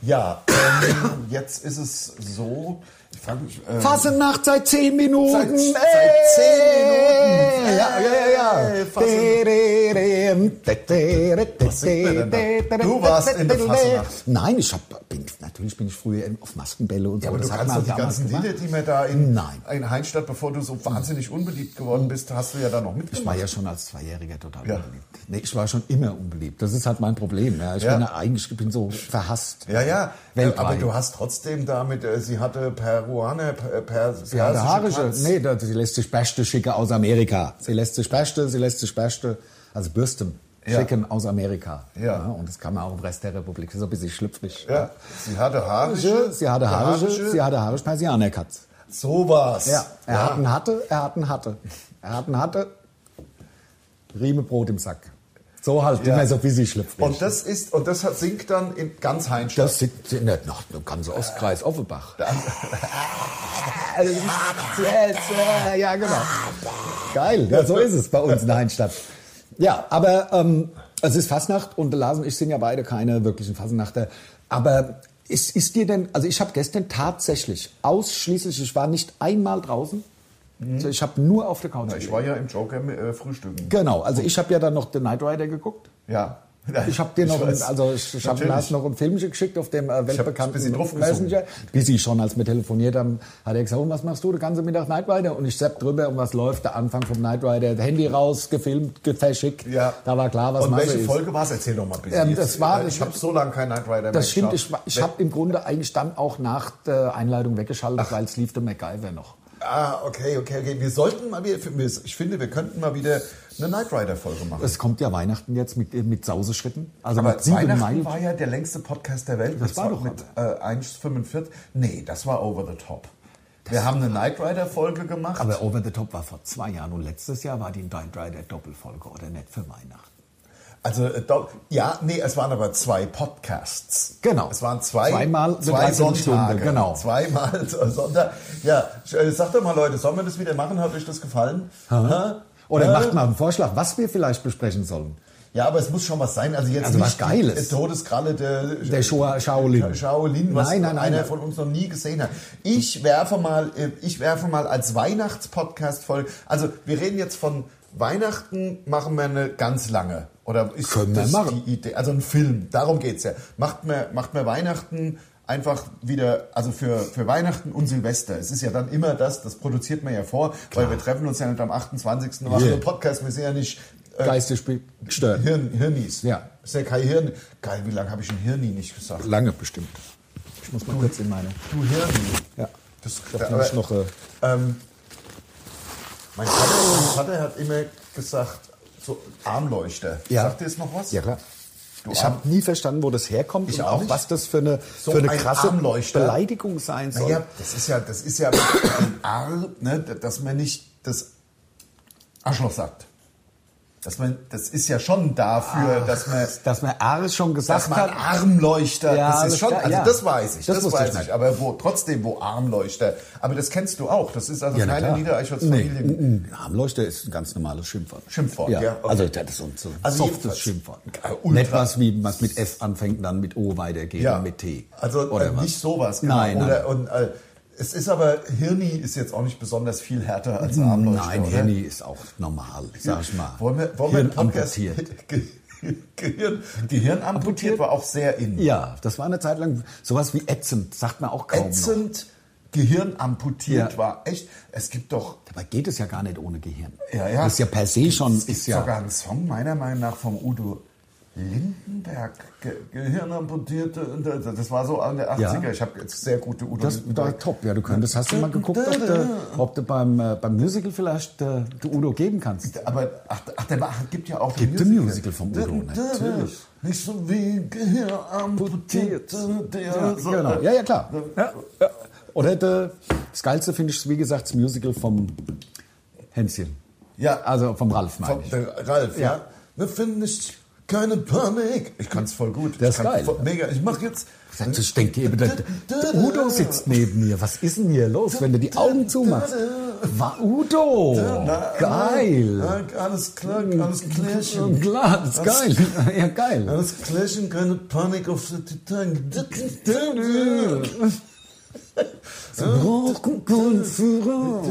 B: Ja, ähm, jetzt ist es so. Ich frage mich. ähm,
A: Fasenacht seit 10 Minuten.
B: Seit-
A: ey.
B: seit 10 Minuten. Äh,
A: Ja, ja, ja.
B: Ey,
A: ja.
B: Fasenacht.
A: Was
B: singt man denn da? Du warst in der Fasenacht.
A: Nein, ich hab, bin, natürlich bin ich früher auf Maskenbälle und so.
B: Ja, aber du
A: das hat
B: kannst
A: man
B: doch die
A: damals
B: ganzen
A: gemacht.
B: Lieder, die mir da in,
A: Nein.
B: in Heinstadt, bevor du so wahnsinnig unbeliebt geworden bist, hast du ja da noch
A: Ich
B: mitgemacht.
A: war ja schon als Zweijähriger total
B: Ja.
A: unbeliebt. Nee, ich war schon immer unbeliebt. Das ist halt mein Problem. Ja. Ich
B: Ja.
A: bin ja eigentlich ich bin so verhasst.
B: Ja, ja,
A: Weltweit.
B: aber du hast trotzdem damit, äh, sie hatte Peruaner, per, per,
A: Sie hat
B: persische
A: Haarische.
B: Katz.
A: Nee, da- sie lässt sich Beste schicken aus Amerika. Sie lässt sich Beste, sie lässt sich Beste, also Bürsten
B: Ja.
A: schicken aus Amerika.
B: Ja.
A: Und das kann man auch im Rest der Republik. Das ist ein bisschen schlüpfrig.
B: Ja, sie hatte Haarische,
A: Sie hatte Haarische, sie hatte Haarisch Persianerkatz.
B: sowas.
A: Ja. Er hat einen Hatte, er hat einen Hatte. Er hat einen Hatte, Rieme Brot im Sack. So halt,
B: Ja.
A: immer so ein bisschen schlüpfrig.
B: Und das ist, und das hat, singt dann in ganz Heinstadt.
A: Das sind sind nicht noch der ganze Ostkreis Offenbach. ja, genau. Geil, ja, so ist es bei uns in Heinstadt. Ja, aber ähm, es ist Fasnacht und Lars und ich sind ja beide keine wirklichen Fasnachter. Aber ist, ist dir denn, also ich habe gestern tatsächlich ausschließlich, ich war nicht einmal draußen, also ich habe nur auf der Couch
B: ich
A: gelegen.
B: war Mhm. ja im Joker äh, frühstücken.
A: Genau, also ich habe ja dann noch The Night Rider geguckt.
B: Ja.
A: Ich habe dir noch, ein,
B: weiß.
A: also ich, ich habe
B: Natürlich.
A: Lars noch ein Filmchen geschickt auf dem äh, weltbekannten
B: bisschen draufgezogen.
A: Messenger. Busy schon, als wir telefoniert haben, hat er gesagt, "Oh, was machst du den ganzen Mittag Night Rider? Und ich sepp drüber und was läuft, der Anfang vom Night Rider, Handy raus, gefilmt, ge- verschickt.
B: Ja.
A: Da war klar, was
B: Und
A: Masse
B: welche
A: ist.
B: Folge war es? Erzähl doch mal bitte.
A: Ähm, das war-
B: ich habe so lange keinen Knight Rider mehr
A: Das stimmt, ich,
B: geschaut.
A: ich habe im Grunde eigentlich dann auch nach der Einleitung weggeschaltet, weil es lief der MacGyver noch.
B: Ah, okay, okay, okay. Wir sollten mal wieder, ich finde, wir könnten mal wieder eine Knight Rider Folge machen.
A: Es kommt ja Weihnachten jetzt mit, äh, mit Sauseschritten. Also
B: Aber
A: mit sieben
B: Weihnachten
A: Meilen.
B: war ja der längste Podcast der Welt.
A: Das war doch
B: mit äh, 1,45. Nee, das war over the top. wir haben eine Knight Rider Folge gemacht.
A: Aber Over the Top war vor zwei Jahren und letztes Jahr war die Night Rider Doppelfolge oder nicht für Weihnachten.
B: also äh, do- ja, nee, es waren aber zwei Podcasts.
A: Genau.
B: Es waren zwei
A: Zweimal eine
B: zwei
A: Dreiviertelstunde,
B: Sonntage,
A: genau.
B: Zweimal so- Sonntag. Ja, äh, sagt doch mal Leute, sollen wir das wieder machen? Hat euch das gefallen? Hä?
A: Oder
B: Hä?
A: macht mal einen Vorschlag, was wir vielleicht besprechen sollen.
B: Ja, aber es muss schon was sein. Also jetzt
A: Also
B: nicht
A: was Geiles.
B: die Todeskralle der,
A: Der Shoa- Shaolin.
B: Shaolin, was
A: Nein, nein, nein,
B: einer
A: nein.
B: von uns noch nie gesehen hat. Ich werfe mal, äh, ich werfe mal als Weihnachtspodcast voll. Also wir reden jetzt von Weihnachten, machen wir eine ganz lange. Oder ist
A: Können wir
B: das
A: machen.
B: die Idee? Also ein Film, darum geht's ja. Macht mir, macht mir Weihnachten einfach wieder, also für, für Weihnachten und Silvester. Es ist ja dann immer das, das produziert man ja vor, weil wir treffen uns ja nicht am 28. und machen
A: Yeah.
B: einen Podcast. Wir sind ja nicht äh,
A: Geistig be- gestört.
B: Hirn, Hirnis.
A: Ja.
B: Ist ja kein Hirn. Geil, wie lange habe ich ein Hirni nicht gesagt?
A: Lange bestimmt. Ich muss mal kurz in meine.
B: Du Hirni.
A: Ja.
B: Das
A: Ich hab nämlich noch. Äh,
B: ähm, mein, Vater, mein Vater hat immer gesagt, so Armleuchter.
A: Ja.
B: Sagt dir das noch was?
A: ja, klar.
B: Du
A: Ich
B: Arm-
A: habe nie verstanden, wo das herkommt
B: Ich
A: und
B: auch
A: auch
B: nicht.
A: was das für eine,
B: So
A: für eine
B: ein
A: krasse
B: Armleuchter.
A: Beleidigung sein soll.
B: Naja, das ist ja, das ist ja ein Arm, ne, dass man nicht das Arschloch sagt. dass man, das ist ja schon dafür, dass man,
A: Dass man Ares schon gesagt
B: dass man
A: hat.
B: Armleuchter,
A: Ja,
B: das
A: alles
B: ist schon,
A: klar,
B: also
A: ja.
B: das weiß ich,
A: Das
B: das,
A: wusste
B: weiß
A: ich
B: ich,
A: nicht.
B: aber wo, trotzdem wo Armleuchter, aber das kennst du auch, das ist also
A: na
B: keine
A: klar.
B: Niedereichholz
A: nee.
B: Familie.
A: mm, mm. Armleuchter ist ein ganz normales Schimpfwort.
B: Schimpfwort, ja, okay.
A: Also das ist so ein so ein
B: Also
A: softes
B: jedenfalls.
A: Schimpfwort.
B: Ja, ultra.
A: Nicht was wie was mit F anfängt, dann mit O weitergeht
B: Ja,
A: und mit T.
B: Also äh,
A: was.
B: nicht sowas.
A: Nein, nein.
B: Oder, Und, äh, es ist aber, Hirni ist jetzt auch nicht besonders viel härter als Armleuchter.
A: Nein,
B: oder?
A: Handy ist auch normal, sag ich mal.
B: Wollen wir, wollen wir
A: Hirn
B: einen Podcast
A: amputiert.
B: Ge Gehirn, Gehirn amputiert war auch sehr in.
A: Ja, das war eine Zeit lang sowas wie ätzend, sagt man auch kaum noch.
B: Ätzend, Gehirn amputiert
A: Ja.
B: war echt. Es gibt doch
A: Dabei geht es ja gar nicht ohne Gehirn.
B: Ja, ja.
A: Das ist ja per se schon,
B: Es gibt
A: ist ja.
B: sogar einen Song, meiner Meinung nach, vom Udo Lindenberg. Ge Gehirnamputierte. äh, Das war so an der 80er. Ich habe jetzt sehr gute Udo
A: Das
B: Lindenberg.
A: war top, ja, du könntest. Hast du mal geguckt, ob du, ob du beim, äh, beim Musical vielleicht äh, du Udo geben kannst?
B: Aber ach, ach der macht- gibt ja auch
A: Gibt ein Musical vom Udo,
B: Da- da-
A: natürlich.
B: Nicht so wie Gehirnamputierte.
A: Ja,
B: Der so,
A: genau.
B: äh,
A: ja, ja, klar. Ja, ja. Oder der, das Geilste finde ich, wie gesagt, das Musical vom Hänschen.
B: Ja.
A: Also vom Ralf, meine
B: Von
A: ich.
B: der Ralf, ja.
A: Ja.
B: Da finde ich keine Panik. Ich kann es voll gut.
A: Der
B: Ich
A: ist
B: kann's
A: geil.
B: voll- Mega. Ich mache jetzt.
A: Ich denke eben, der, der Udo sitzt neben mir. Was ist denn hier los, wenn du die Augen zumachst? War Udo! Geil! Mhm.
B: Ja, Alles klar, alles klärchen.
A: Klar, das ist geil. Ja, geil.
B: Alles klärchen, keine Panik auf der Titanic.
A: Sie brauchen keinen Führer.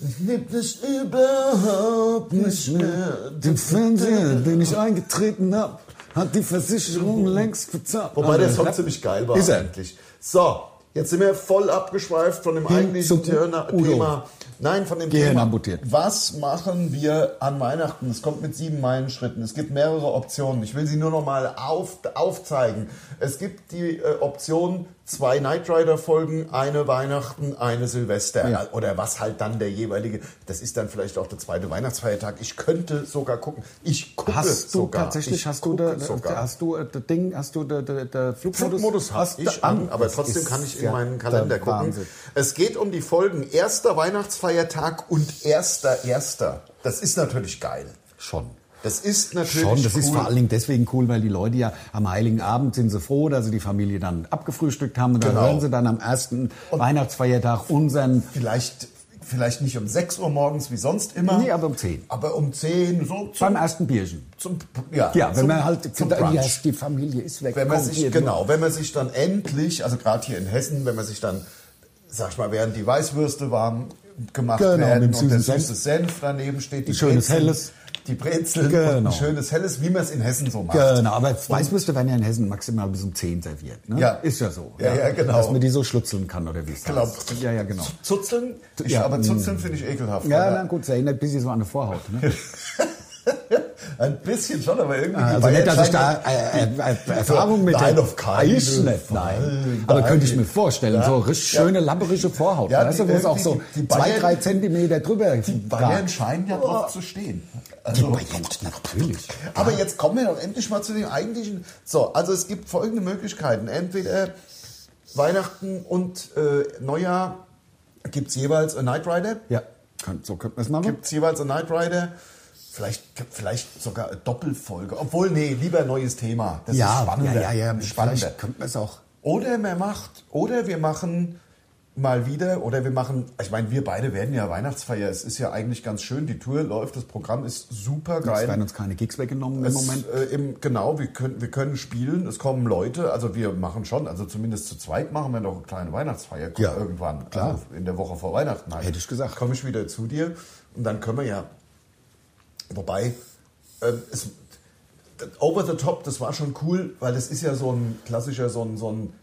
B: Ich lieb dich überhaupt nicht mehr.
A: Den Fernseher, den ich eingetreten habe, hat die Versicherung längst bezahlt.
B: Wobei der Song ziemlich geil war
A: Ist er.
B: eigentlich. So, jetzt sind wir voll abgeschweift von dem eigentlichen
A: zum
B: Thörner-
A: Udo.
B: Thema. Nein, von dem
A: Gehirn
B: Thema.
A: amputiert.
B: Was machen wir an Weihnachten? Es kommt mit sieben Meilenschritten. Es gibt mehrere Optionen. Ich will sie nur noch mal auf, aufzeigen. Es gibt die äh, Option, zwei Knight Rider Folgen, eine Weihnachten, eine Silvester.
A: Ja.
B: Oder was halt dann der jeweilige, das ist dann vielleicht auch der zweite Weihnachtsfeiertag. Ich könnte sogar gucken. Ich gucke
A: Hast du
B: sogar.
A: tatsächlich,
B: Ich
A: hast du,
B: gucke
A: da,
B: sogar.
A: hast du äh, das Ding, hast du da, da, da Flugmodus?
B: Flugmodus
A: Hast
B: habe
A: du
B: ich an, aber
A: Das
B: trotzdem
A: ist
B: kann ich in
A: ja
B: meinen Kalender
A: der
B: gucken.
A: Wahnsinn.
B: Es geht um die Folgen erster Weihnachtsfeiertag und erster erster. Das ist natürlich geil.
A: Schon.
B: Das ist natürlich
A: Schon, das
B: cool.
A: ist vor allen Dingen deswegen cool, weil die Leute ja am Heiligen Abend sind sie froh, dass sie die Familie dann abgefrühstückt haben und dann
B: Genau.
A: hören sie dann am ersten Weihnachtsfeiertag unseren
B: vielleicht vielleicht nicht um 6 Uhr morgens wie sonst immer.
A: Nee, aber um 10.
B: Aber um 10 so zum,
A: beim ersten Bierchen.
B: zum ja,
A: Ja, wenn
B: zum,
A: man halt
B: zum
A: da- ja,
B: Brunch.
A: die Familie ist weg.
B: Wenn man
A: kommt
B: sich,
A: hier
B: genau, wenn man sich dann endlich, also gerade hier in Hessen, wenn man sich dann, sag ich mal, während die Weißwürste warm gemacht
A: Genau,
B: werden
A: mit dem
B: und der
A: süßen
B: süße Senf daneben steht, die
A: schönes Helles.
B: die Brezel und ein
A: Genau.
B: schönes Helles, wie man es in Hessen so macht.
A: Genau, aber Weißwürste werden ja in Hessen maximal bis um 10 serviert. Ne?
B: Ja.
A: Ist ja so.
B: Ja, ja, genau.
A: Dass man die so schlutzeln kann oder wie es
B: Genau.
A: heißt. Ja, ja, genau.
B: Zuzeln? Ich,
A: Ja, Hm.
B: aber Zuzeln finde ich ekelhaft.
A: Ja,
B: aber
A: na gut, das erinnert ein bisschen so an eine Vorhaut. Ne?
B: ein bisschen schon, aber irgendwie. die
A: Also nicht, dass ich da
B: Bayern
A: äh, äh, äh, Erfahrung mit
B: Nein,
A: hab.
B: auf keinen
A: Ich nicht,
B: Fall.
A: nein. Aber
B: Nein.
A: könnte ich mir vorstellen,
B: Ja.
A: so richtig
B: Ja.
A: schöne, labberische Vorhaut.
B: Ja,
A: weißt
B: die-
A: du, wo es auch
B: die-
A: so
B: die
A: zwei,
B: Bayern-
A: drei Zentimeter drüber
B: die Bayern scheinen ja drauf zu stehen. Also,
A: natürlich.
B: Aber jetzt kommen wir doch endlich mal zu dem eigentlichen. So, also es gibt folgende Möglichkeiten. Entweder Weihnachten und äh, Neujahr gibt es jeweils einen Night Rider.
A: Ja, kann, so könnte man es machen.
B: Gibt es jeweils einen Night Rider. Vielleicht, vielleicht sogar eine Doppelfolge. Obwohl, nee, lieber ein neues Thema. Das ist spannender. spannender.
A: Vielleicht könnte man es auch.
B: Oder man macht, oder wir machen mal wieder, oder wir machen, ich meine, wir beide werden ja Weihnachtsfeier. Es ist ja eigentlich ganz schön. Die Tour läuft, das Programm ist super
A: Es werden
B: geil.
A: uns keine Gigs weggenommen im Moment.
B: Äh, im, genau, wir können, wir können spielen, es kommen Leute, also wir machen schon, also zumindest zu zweit machen wir noch eine kleine Weihnachtsfeier
A: Ja,
B: irgendwann,
A: klar.
B: Also in der Woche vor Weihnachten. halt.
A: Hätte ich gesagt.
B: Komme ich wieder zu dir und dann können wir ja, wobei, ähm, es, das Over the Top, das war schon cool, weil das ist ja so ein klassischer, so ein, so ein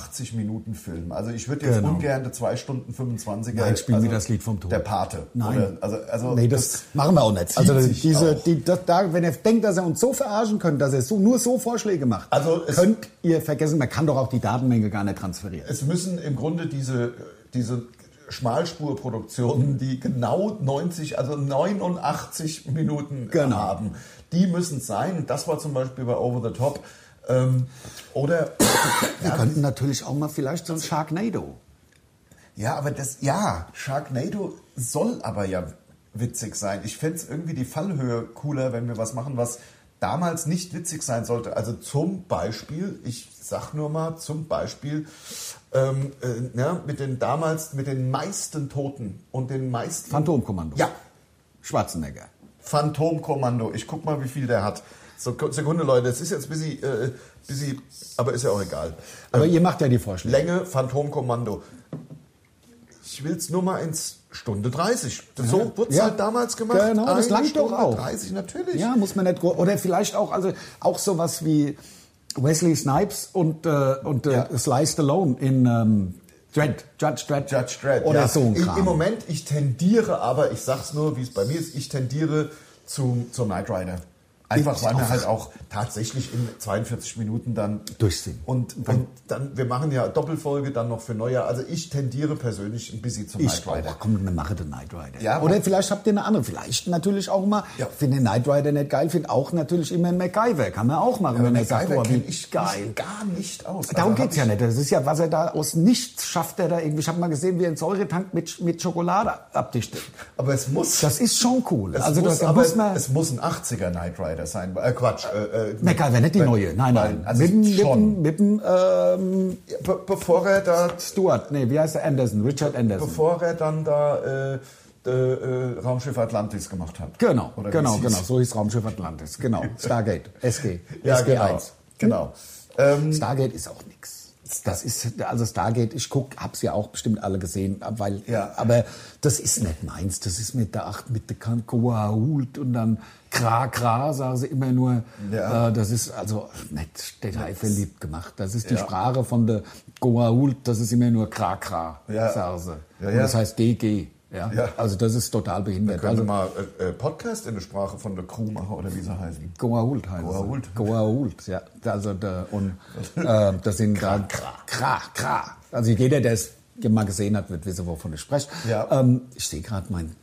B: 89-Minuten-Film. Also ich würde jetzt
A: Genau.
B: ungern eine 2 Stunden 25er...
A: Nein, spielen
B: also
A: wir das Lied vom Tod.
B: Der Pate.
A: Nein.
B: Oder, also, also
A: nee, das, machen wir auch nicht. Also
B: zieht sich
A: diese,
B: auch.
A: die, das, da, wenn ihr denkt, dass er uns so verarschen könnt, dass er so, nur so Vorschläge macht,
B: Also es-
A: könnt ihr vergessen, man kann doch auch die Datenmenge gar nicht transferieren.
B: es müssen im Grunde diese, diese Schmalspurproduktionen, die genau 90, also 89 Minuten
A: Genau.
B: haben, die müssen es sein. Und das war zum Beispiel bei Over the Top. Ähm, oder
A: Wir könnten natürlich auch mal vielleicht so ein Sharknado.
B: ja, aber das ja, Sharknado soll aber ja witzig sein. Ich fände es irgendwie die Fallhöhe cooler, wenn wir was machen, was damals nicht witzig sein sollte. Also zum Beispiel, ich sag nur mal, zum Beispiel ähm, äh, ne, mit den damals mit den meisten Toten und den meisten
A: Phantomkommando.
B: ja
A: Schwarzenegger.
B: Phantomkommando. Ich guck mal, wie viel der hat. So Sekunde, Leute, es ist jetzt ein bisschen, äh, bisschen, aber ist ja auch egal.
A: Aber ihr macht ja die Vorschläge.
B: Länge, Phantomkommando. Ich will es nur mal ins Stunde 30. So wurde es
A: Ja.
B: halt damals gemacht.
A: Genau, das
B: Eine
A: langt doch
B: Stunde
A: auch.
B: 30, natürlich.
A: Ja, muss man nicht. gro- Oder vielleicht auch, also auch sowas wie Wesley Snipes und, äh, und äh, Sly Stallone in ähm, Dredd, Judge Dredd.
B: Judge Dredd.
A: Oder
B: ja.
A: so ein
B: Ich-
A: Kram.
B: Im Moment, ich tendiere aber, ich sag's nur, wie es bei mir ist, ich tendiere zum, zum Knight Rider. Einfach,
A: Ich
B: weil
A: auch.
B: wir halt auch tatsächlich in 42 Minuten dann
A: Durchziehen.
B: Und, und dann, wir machen ja Doppelfolge dann noch für Neujahr. Also ich tendiere persönlich ein bisschen zum
A: Ich
B: Knight
A: glaube,
B: Rider.
A: komm, dann mache den Knight Rider.
B: Ja,
A: Oder
B: mach.
A: vielleicht habt ihr eine andere. Vielleicht natürlich auch mal.
B: Ja.
A: Finde den Knight Rider nicht geil, finde auch natürlich immer einen MacGyver. Kann man auch machen, wenn er sagt, oh, wie
B: kenn ich
A: geil.
B: mich gar nicht aus.
A: Darum
B: Also hab
A: geht's ja
B: ich-
A: nicht. Das ist ja, was er da aus nichts schafft, er da irgendwie. Ich habe mal gesehen, wie er einen Säuretank mit, mit Schokolade abdichtet.
B: Aber es muss.
A: Das ist schon cool.
B: es
A: also,
B: muss,
A: das, da
B: aber
A: muss man.
B: es muss ein 80er Knight Rider sein. Äh, Quatsch. Äh, äh,
A: MacGyver, nicht die
B: Weil-
A: neue. Nein, nein.
B: Also
A: mit, dem- mit,
B: schon.
A: dem- mit dem ähm,
B: Be bevor er da
A: Stuart, nee, wie heißt er? Anderson, Richard Anderson.
B: bevor er dann da äh, äh, äh, Raumschiff Atlantis gemacht hat.
A: genau,
B: Oder wie
A: genau,
B: es hieß.
A: genau. So hieß Raumschiff Atlantis. Genau. Stargate, SG.
B: Ja,
A: SG1.
B: genau.
A: Hm?
B: genau. Ähm,
A: Stargate ist auch nix. Das ist, also Stargate, ich guck, hab's ja auch bestimmt alle gesehen, weil,
B: Ja.
A: aber das ist nicht meins. Das ist mit der Acht, mit der Kankoa Hut und dann Kra Kra, sagen sie immer nur.
B: Ja.
A: Äh, das ist also nicht detailverliebt gemacht. Das ist die
B: Ja.
A: Sprache von der Goa Hult, das ist immer nur Kra Kra,
B: Ja.
A: sagen sie.
B: Ja,
A: Und
B: ja.
A: Das heißt GG. Ja?
B: Ja.
A: Also das ist total behindert.
B: können wir
A: Also
B: mal äh, äh, Podcast in der Sprache von der Crew machen oder wie sie heißen?
A: Goa Hult heißt
B: Goa
A: es.
B: Hult.
A: Goa Hult, ja. Also da, und äh, das sind Kra, Kra, Kra. Also jeder, der es mal gesehen hat, wird wissen, wovon ich spreche.
B: Ja.
A: Ähm, ich sehe gerade, mein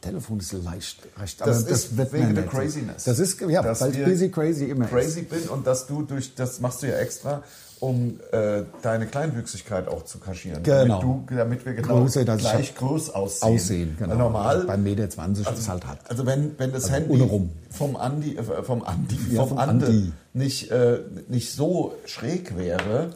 A: Telefon ist leicht recht.
B: Das
A: aber
B: ist
A: wird
B: wegen
A: man
B: der
A: nicht so.
B: Craziness.
A: Das ist, ja,
B: Dass
A: weil
B: wir
A: busy crazy immer ist.
B: Crazy bin und dass du durch das machst du ja extra, um äh, deine Kleinwüchsigkeit auch zu kaschieren.
A: Genau.
B: Damit, du, damit wir genau
A: Größe, dass ich
B: gleich groß aussehen.
A: Aussehen, genau.
B: Weil Normal
A: Beim Meter 20 ist halt hart.
B: Also wenn, wenn das Handy
A: ohne rum.
B: vom Andi, äh, vom Andi,
A: Ja,
B: vom
A: vom
B: Ande
A: Andi.
B: nicht, äh, nicht so schräg wäre,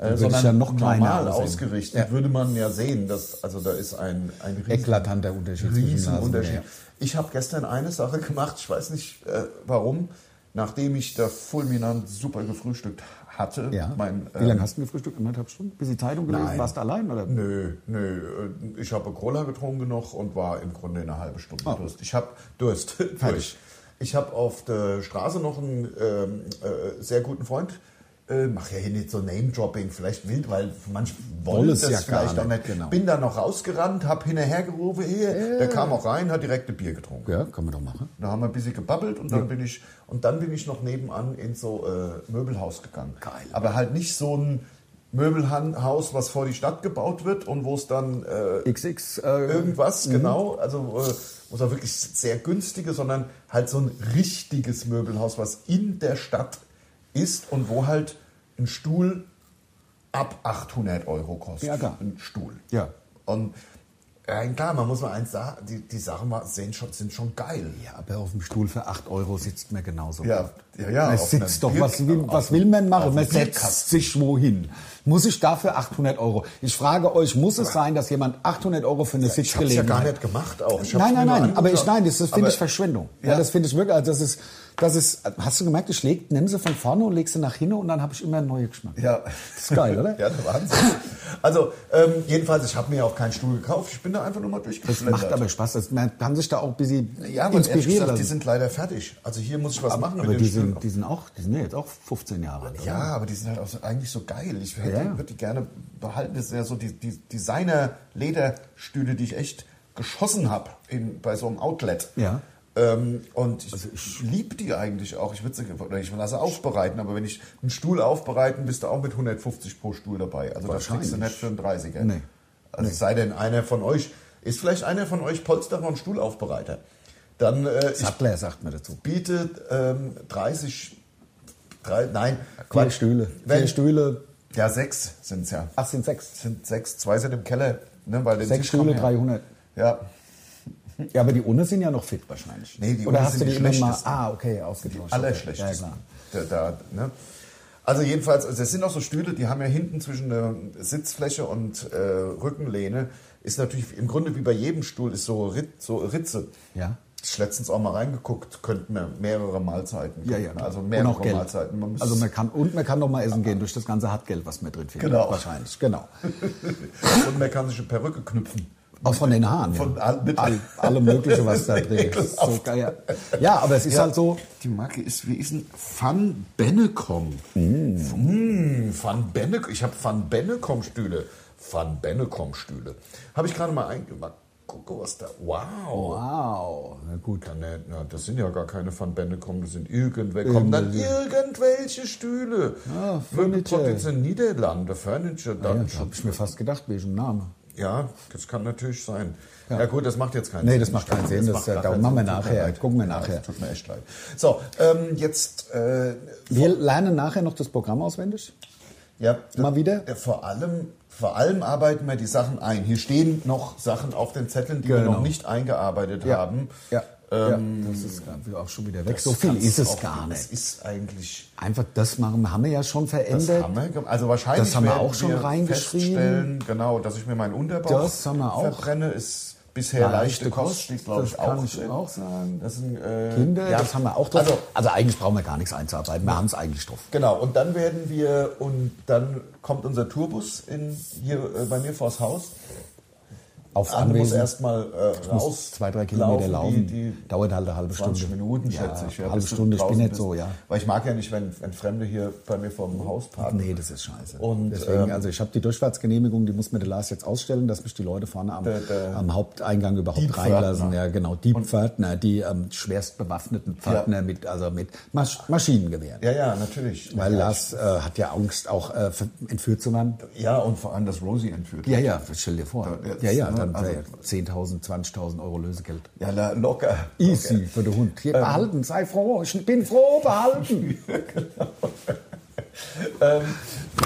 B: äh,
A: würde ich ja noch kleiner
B: normal
A: aussehen.
B: ausgerichtet,
A: Ja.
B: würde man ja sehen, dass also da ist ein ein riesen,
A: Eklatanter Unterschied zwischen
B: riesen
A: Nasen,
B: Unterschied.
A: ja.
B: Ich habe gestern eine Sache gemacht, ich weiß nicht äh, warum, nachdem ich da fulminant super gefrühstückt hatte.
A: Ja.
B: Mein,
A: Wie lange
B: ähm,
A: hast du gefrühstückt? Eineinhalb Stunden? Bis die Zeitung gelesen?
B: Nein.
A: Warst du allein? Oder?
B: Nö, nö. äh, Ich habe Cola getrunken noch und war im Grunde eine halbe Stunde
A: Oh.
B: Durst. Ich habe Durst. Durch. Ich habe auf der Straße noch einen ähm, äh, sehr guten Freund. Äh, mach ja hier nicht so Name-Dropping, vielleicht wild, weil manche wollen
A: Wollen es
B: das
A: ja gar
B: vielleicht auch
A: nicht,
B: nicht.
A: genau.
B: Bin dann noch rausgerannt, hab hinterher gerufen, hier. Der kam auch rein, hat direkt ein Bier getrunken.
A: Ja, kann man doch machen.
B: Da haben wir ein bisschen gebabbelt und dann bin ich und dann bin ich noch nebenan in so äh, Möbelhaus gegangen.
A: Geil.
B: Aber halt nicht so ein Möbelhaus, was vor die Stadt gebaut wird und wo es dann
A: Mhm.
B: äh,
A: XX, äh,
B: irgendwas genau, also äh, wo es auch wirklich sehr günstige, sondern halt so ein richtiges Möbelhaus, was in der Stadt ist und wo halt ein Stuhl ab 800 Euro kostet.
A: Ja, klar.
B: Ein Stuhl.
A: ja.
B: Und ja, klar, man muss mal eins sagen, die, die Sachen mal sehen schon, sind schon geil.
A: Ja, aber auf dem Stuhl für 8 Euro sitzt man genauso.
B: Ja, ja, ja.
A: Man
B: auf
A: sitzt
B: einem
A: doch, was
B: Bier-
A: will,
B: auf
A: was
B: einem-
A: will man
B: auf
A: machen? Man
B: einem Bierkasten.
A: setzt sich wohin. Muss ich dafür 800 Euro? Ich frage euch, muss es sein, dass jemand 800 Euro für eine
B: Ich habe es ja
A: Sitzgelegenheit...
B: gar nicht gemacht auch. Ich hab's
A: nein,
B: mir
A: nein,
B: nur
A: nein, aber ich,
B: angeschaut.
A: nein, das, das
B: Aber-
A: finde ich Verschwendung. Ja,
B: Ja.
A: das finde ich wirklich, also das ist, das ist, hast du gemerkt, ich leg, nimm sie von vorne und leg sie nach hinten und dann habe ich immer neue Geschmack.
B: Ja.
A: Das ist geil, oder?
B: ja, der Wahnsinn. Also, ähm, jedenfalls, ich habe mir auch keinen Stuhl gekauft. Ich bin da einfach nur mal
A: Das
B: durchgeschlendert.
A: macht aber Spaß, das, man kann sich da auch ein bisschen
B: ja, aber ehrlich
A: inspirieren
B: gesagt, die
A: lassen.
B: sind leider fertig. Also hier muss ich was machen
A: Aber
B: mit
A: die
B: den Stühlen.
A: sind, die sind auch, die sind ja jetzt auch 15 Jahre alt. oder?
B: Ja, aber die sind halt auch so, eigentlich so geil. Ich hätte,
A: Ja.
B: würde die gerne behalten. Das sind ja so die, die Designer-Lederstühle, die ich echt geschossen habe bei so einem Outlet.
A: Ja. Also
B: Ähm, und ich, ich liebe die eigentlich auch. Ich würde sie oder ich lasse aufbereiten, aber wenn ich einen Stuhl aufbereiten, bist du auch mit 150 pro Stuhl dabei. Also das kriegst du
A: Wahrscheinlich.
B: nicht für einen 30er.
A: Nee.
B: Also es sei denn, einer von euch, ist vielleicht einer von euch Polsterer und Stuhlaufbereiter. Dann äh, ich
A: Sattler sagt man dazu.
B: biete ähm, 30, drei, nein,
A: Vier
B: Quatsch.
A: Stühle.
B: Wenn,
A: Vier Stühle,
B: Ja, sechs sind es ja.
A: ach, sind sechs.
B: sind sechs, zwei sind im Keller. Ne, weil den
A: Sechs
B: Tisch kann
A: Stühle,
B: man
A: 300.
B: Ja. Ja.
A: Ja, aber die Unne sind ja noch fit wahrscheinlich.
B: Nee, die
A: Oder
B: Unne
A: hast
B: sind
A: du
B: die
A: die immer mal...
B: schlechtesten.
A: Ah, okay, ausgetauscht.
B: Allerschlechtesten.
A: Ja, klar.
B: da, da, ne? Also jedenfalls, also es sind auch so Stühle, die haben ja hinten zwischen der Sitzfläche und äh, Rückenlehne, ist natürlich im Grunde wie bei jedem Stuhl, ist so, Rit, so Ritze.
A: Ja.
B: Ich letztens auch mal reingeguckt, könnten wir mehrere Mahlzeiten.
A: Ja, ja.
B: könnten
A: klar.
B: wir. Also
A: und auch
B: mehrere
A: Geld.
B: Mahlzeiten. Man muss-
A: also man kann, und man kann noch mal essen gehen durch das ganze Hartgeld, was man drin findet.
B: Genau.
A: Wahrscheinlich, genau.
B: und man kann sich eine Perücke knüpfen.
A: Auch von den Haaren.
B: Von
A: ja.
B: all- mit-
A: all, alle mögliche, was da drin ist. So geil. Ja, aber es ist halt so,
C: Die Marke ist, wie ist denn? Van Bennekom.
A: Uh.
B: Hm, Van Bennekom. Ich habe Van Bennekom Stühle. Van Bennekom Stühle. Habe ich gerade mal eingemacht. Guck, was da. Wow.
A: Oh. wow.
B: Na gut, dann, äh, na, das sind ja gar keine Van Bennekom, das sind irgendwelche. Kommen dann irgendwelche Stühle.
A: Ah, Furniture. Ah
B: Furniture. Niederlande, Furniture,
A: Ja,
B: Datenschutz.
A: habe ich mir fast gedacht, welchen Namen.
B: Ja, das kann natürlich sein. Ja, gut, das macht jetzt keinen
A: Nee,
B: Sinn.
A: das macht keinen Sinn, das, äh,
B: gar
A: da
B: keinen
A: machen wir
B: Sinn. Tut mir
A: nachher,
B: leid.
A: gucken wir
B: Ja,
A: nachher.
B: das Tut mir echt leid. So, ähm, jetzt, äh,
A: Wir lernen nachher noch das Programm auswendig.
B: ja.
A: Mal wieder?
B: äh, Vor allem, vor allem arbeiten wir die Sachen ein. Hier stehen noch Sachen auf den Zetteln, die wir
A: Genau.
B: noch nicht eingearbeitet haben.
A: Ja.
B: Ähm,
A: ja. Das ist gar- wir auch schon wieder weg.
B: das
A: So viel
B: kannst
A: ist
B: du
A: es
B: auch-
A: gar
B: Das
A: nicht.
B: ist eigentlich
A: Einfach das machen, haben wir ja schon
B: Das
A: verändert.
B: haben wir, gem- also wahrscheinlich
A: Das haben wir
B: werden
A: auch schon reingeschrieben.
B: feststellen, Genau, dass ich mir meinen Unterbauch
A: Das haben wir auch.
B: verbrenne, ist bisher
A: Ja,
B: leichte
A: leichte
B: Kost.
A: Kost,
B: steht, glaub
A: das kann ich
B: drin.
A: auch sagen.
B: Das sind, äh,
A: Kinder,
B: ja.
A: das haben wir auch drauf.
B: Also,
A: Also, eigentlich brauchen wir gar nichts einzuarbeiten. Wir haben es eigentlich drauf.
B: genau, und dann werden wir, und dann kommt unser Tourbus in, hier äh, bei mir vors Haus.
A: Aufs
B: Anne muss
A: Anwesen.
B: erstmal äh,
A: muss
B: raus.
A: zwei, drei Kilometer laufen.
B: Die, die
A: Dauert halt eine halbe
B: 20
A: Stunde.
B: Minuten,
A: Ja,
B: schätze ich. Ja,
A: halbe
B: bis du
A: Stunde, ich bin
B: draußen
A: nicht so,
B: bist.
A: ja. Mhm.
B: Weil ich mag ja nicht, wenn, wenn Fremde hier bei mir vor dem Haus parken.
A: Nee, das ist scheiße.
B: Und,
A: Deswegen,
B: ähm,
A: also ich habe die Durchfahrtsgenehmigung, die muss mir der Lars jetzt ausstellen, dass mich die Leute vorne am,
B: Der- der-
A: am Haupteingang überhaupt
B: Die
A: reinlassen.
B: Pförtner.
A: Ja, genau. Die Pförtner, die ähm, schwerst bewaffneten Pförtner mit, also mit Masch Maschinengewehren.
B: Ja, ja, natürlich.
A: Weil
B: ja,
A: Lars äh, hat ja Angst, auch äh, ver- entführt zu werden.
B: Ja, und vor allem, dass Rosie entführt.
A: Ja, ja, stell dir vor.
B: Da- jetzt,
A: Ja, ja,
B: ne,
A: dann
B: also-
A: wär 10.000, 20.000 Euro Lösegeld.
B: Ja, la- locker.
A: Easy für den Hund. Hier, behalten, sei froh. Ich bin froh, behalten.
B: Ähm,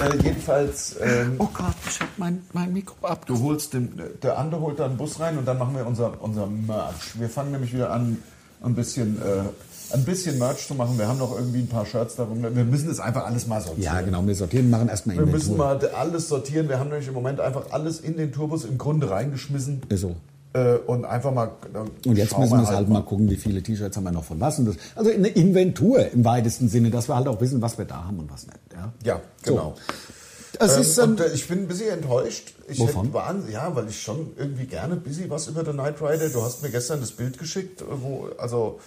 B: äh, jedenfalls, ähm,
C: Oh Gott, ich hab mein, mein Mikro ab.
B: du holst den, der andere holt dann einen Bus rein und dann machen wir unser, unser Merch. Wir fangen nämlich wieder an, ein bisschen, äh, ein bisschen Merch zu machen. Wir haben noch irgendwie ein paar Shirts darum. Wir müssen das einfach alles mal sortieren.
A: Ja, genau. Wir sortieren, machen erstmal
B: Wir müssen
A: Inventur.
B: mal alles sortieren. Wir haben nämlich im Moment einfach alles in den Turbos im Grunde reingeschmissen.
A: Ist so.
B: Äh, und einfach mal. äh,
A: Und jetzt
B: schauen
A: müssen wir halt mal gucken, wie viele T-Shirts haben wir noch von was. Und das, also eine Inventur im weitesten Sinne, dass wir halt auch wissen, was wir da haben und was nicht. Ja,
B: Ja, genau.
A: So. Es ist,
B: ähm,
A: ähm,
B: und, äh, ich bin ein bisschen enttäuscht. Ich
A: Wovon?
B: hätte Wahnsinn, ja, weil ich schon irgendwie gerne busy was über den Knight Rider. Du hast mir gestern das Bild geschickt, äh, wo, also,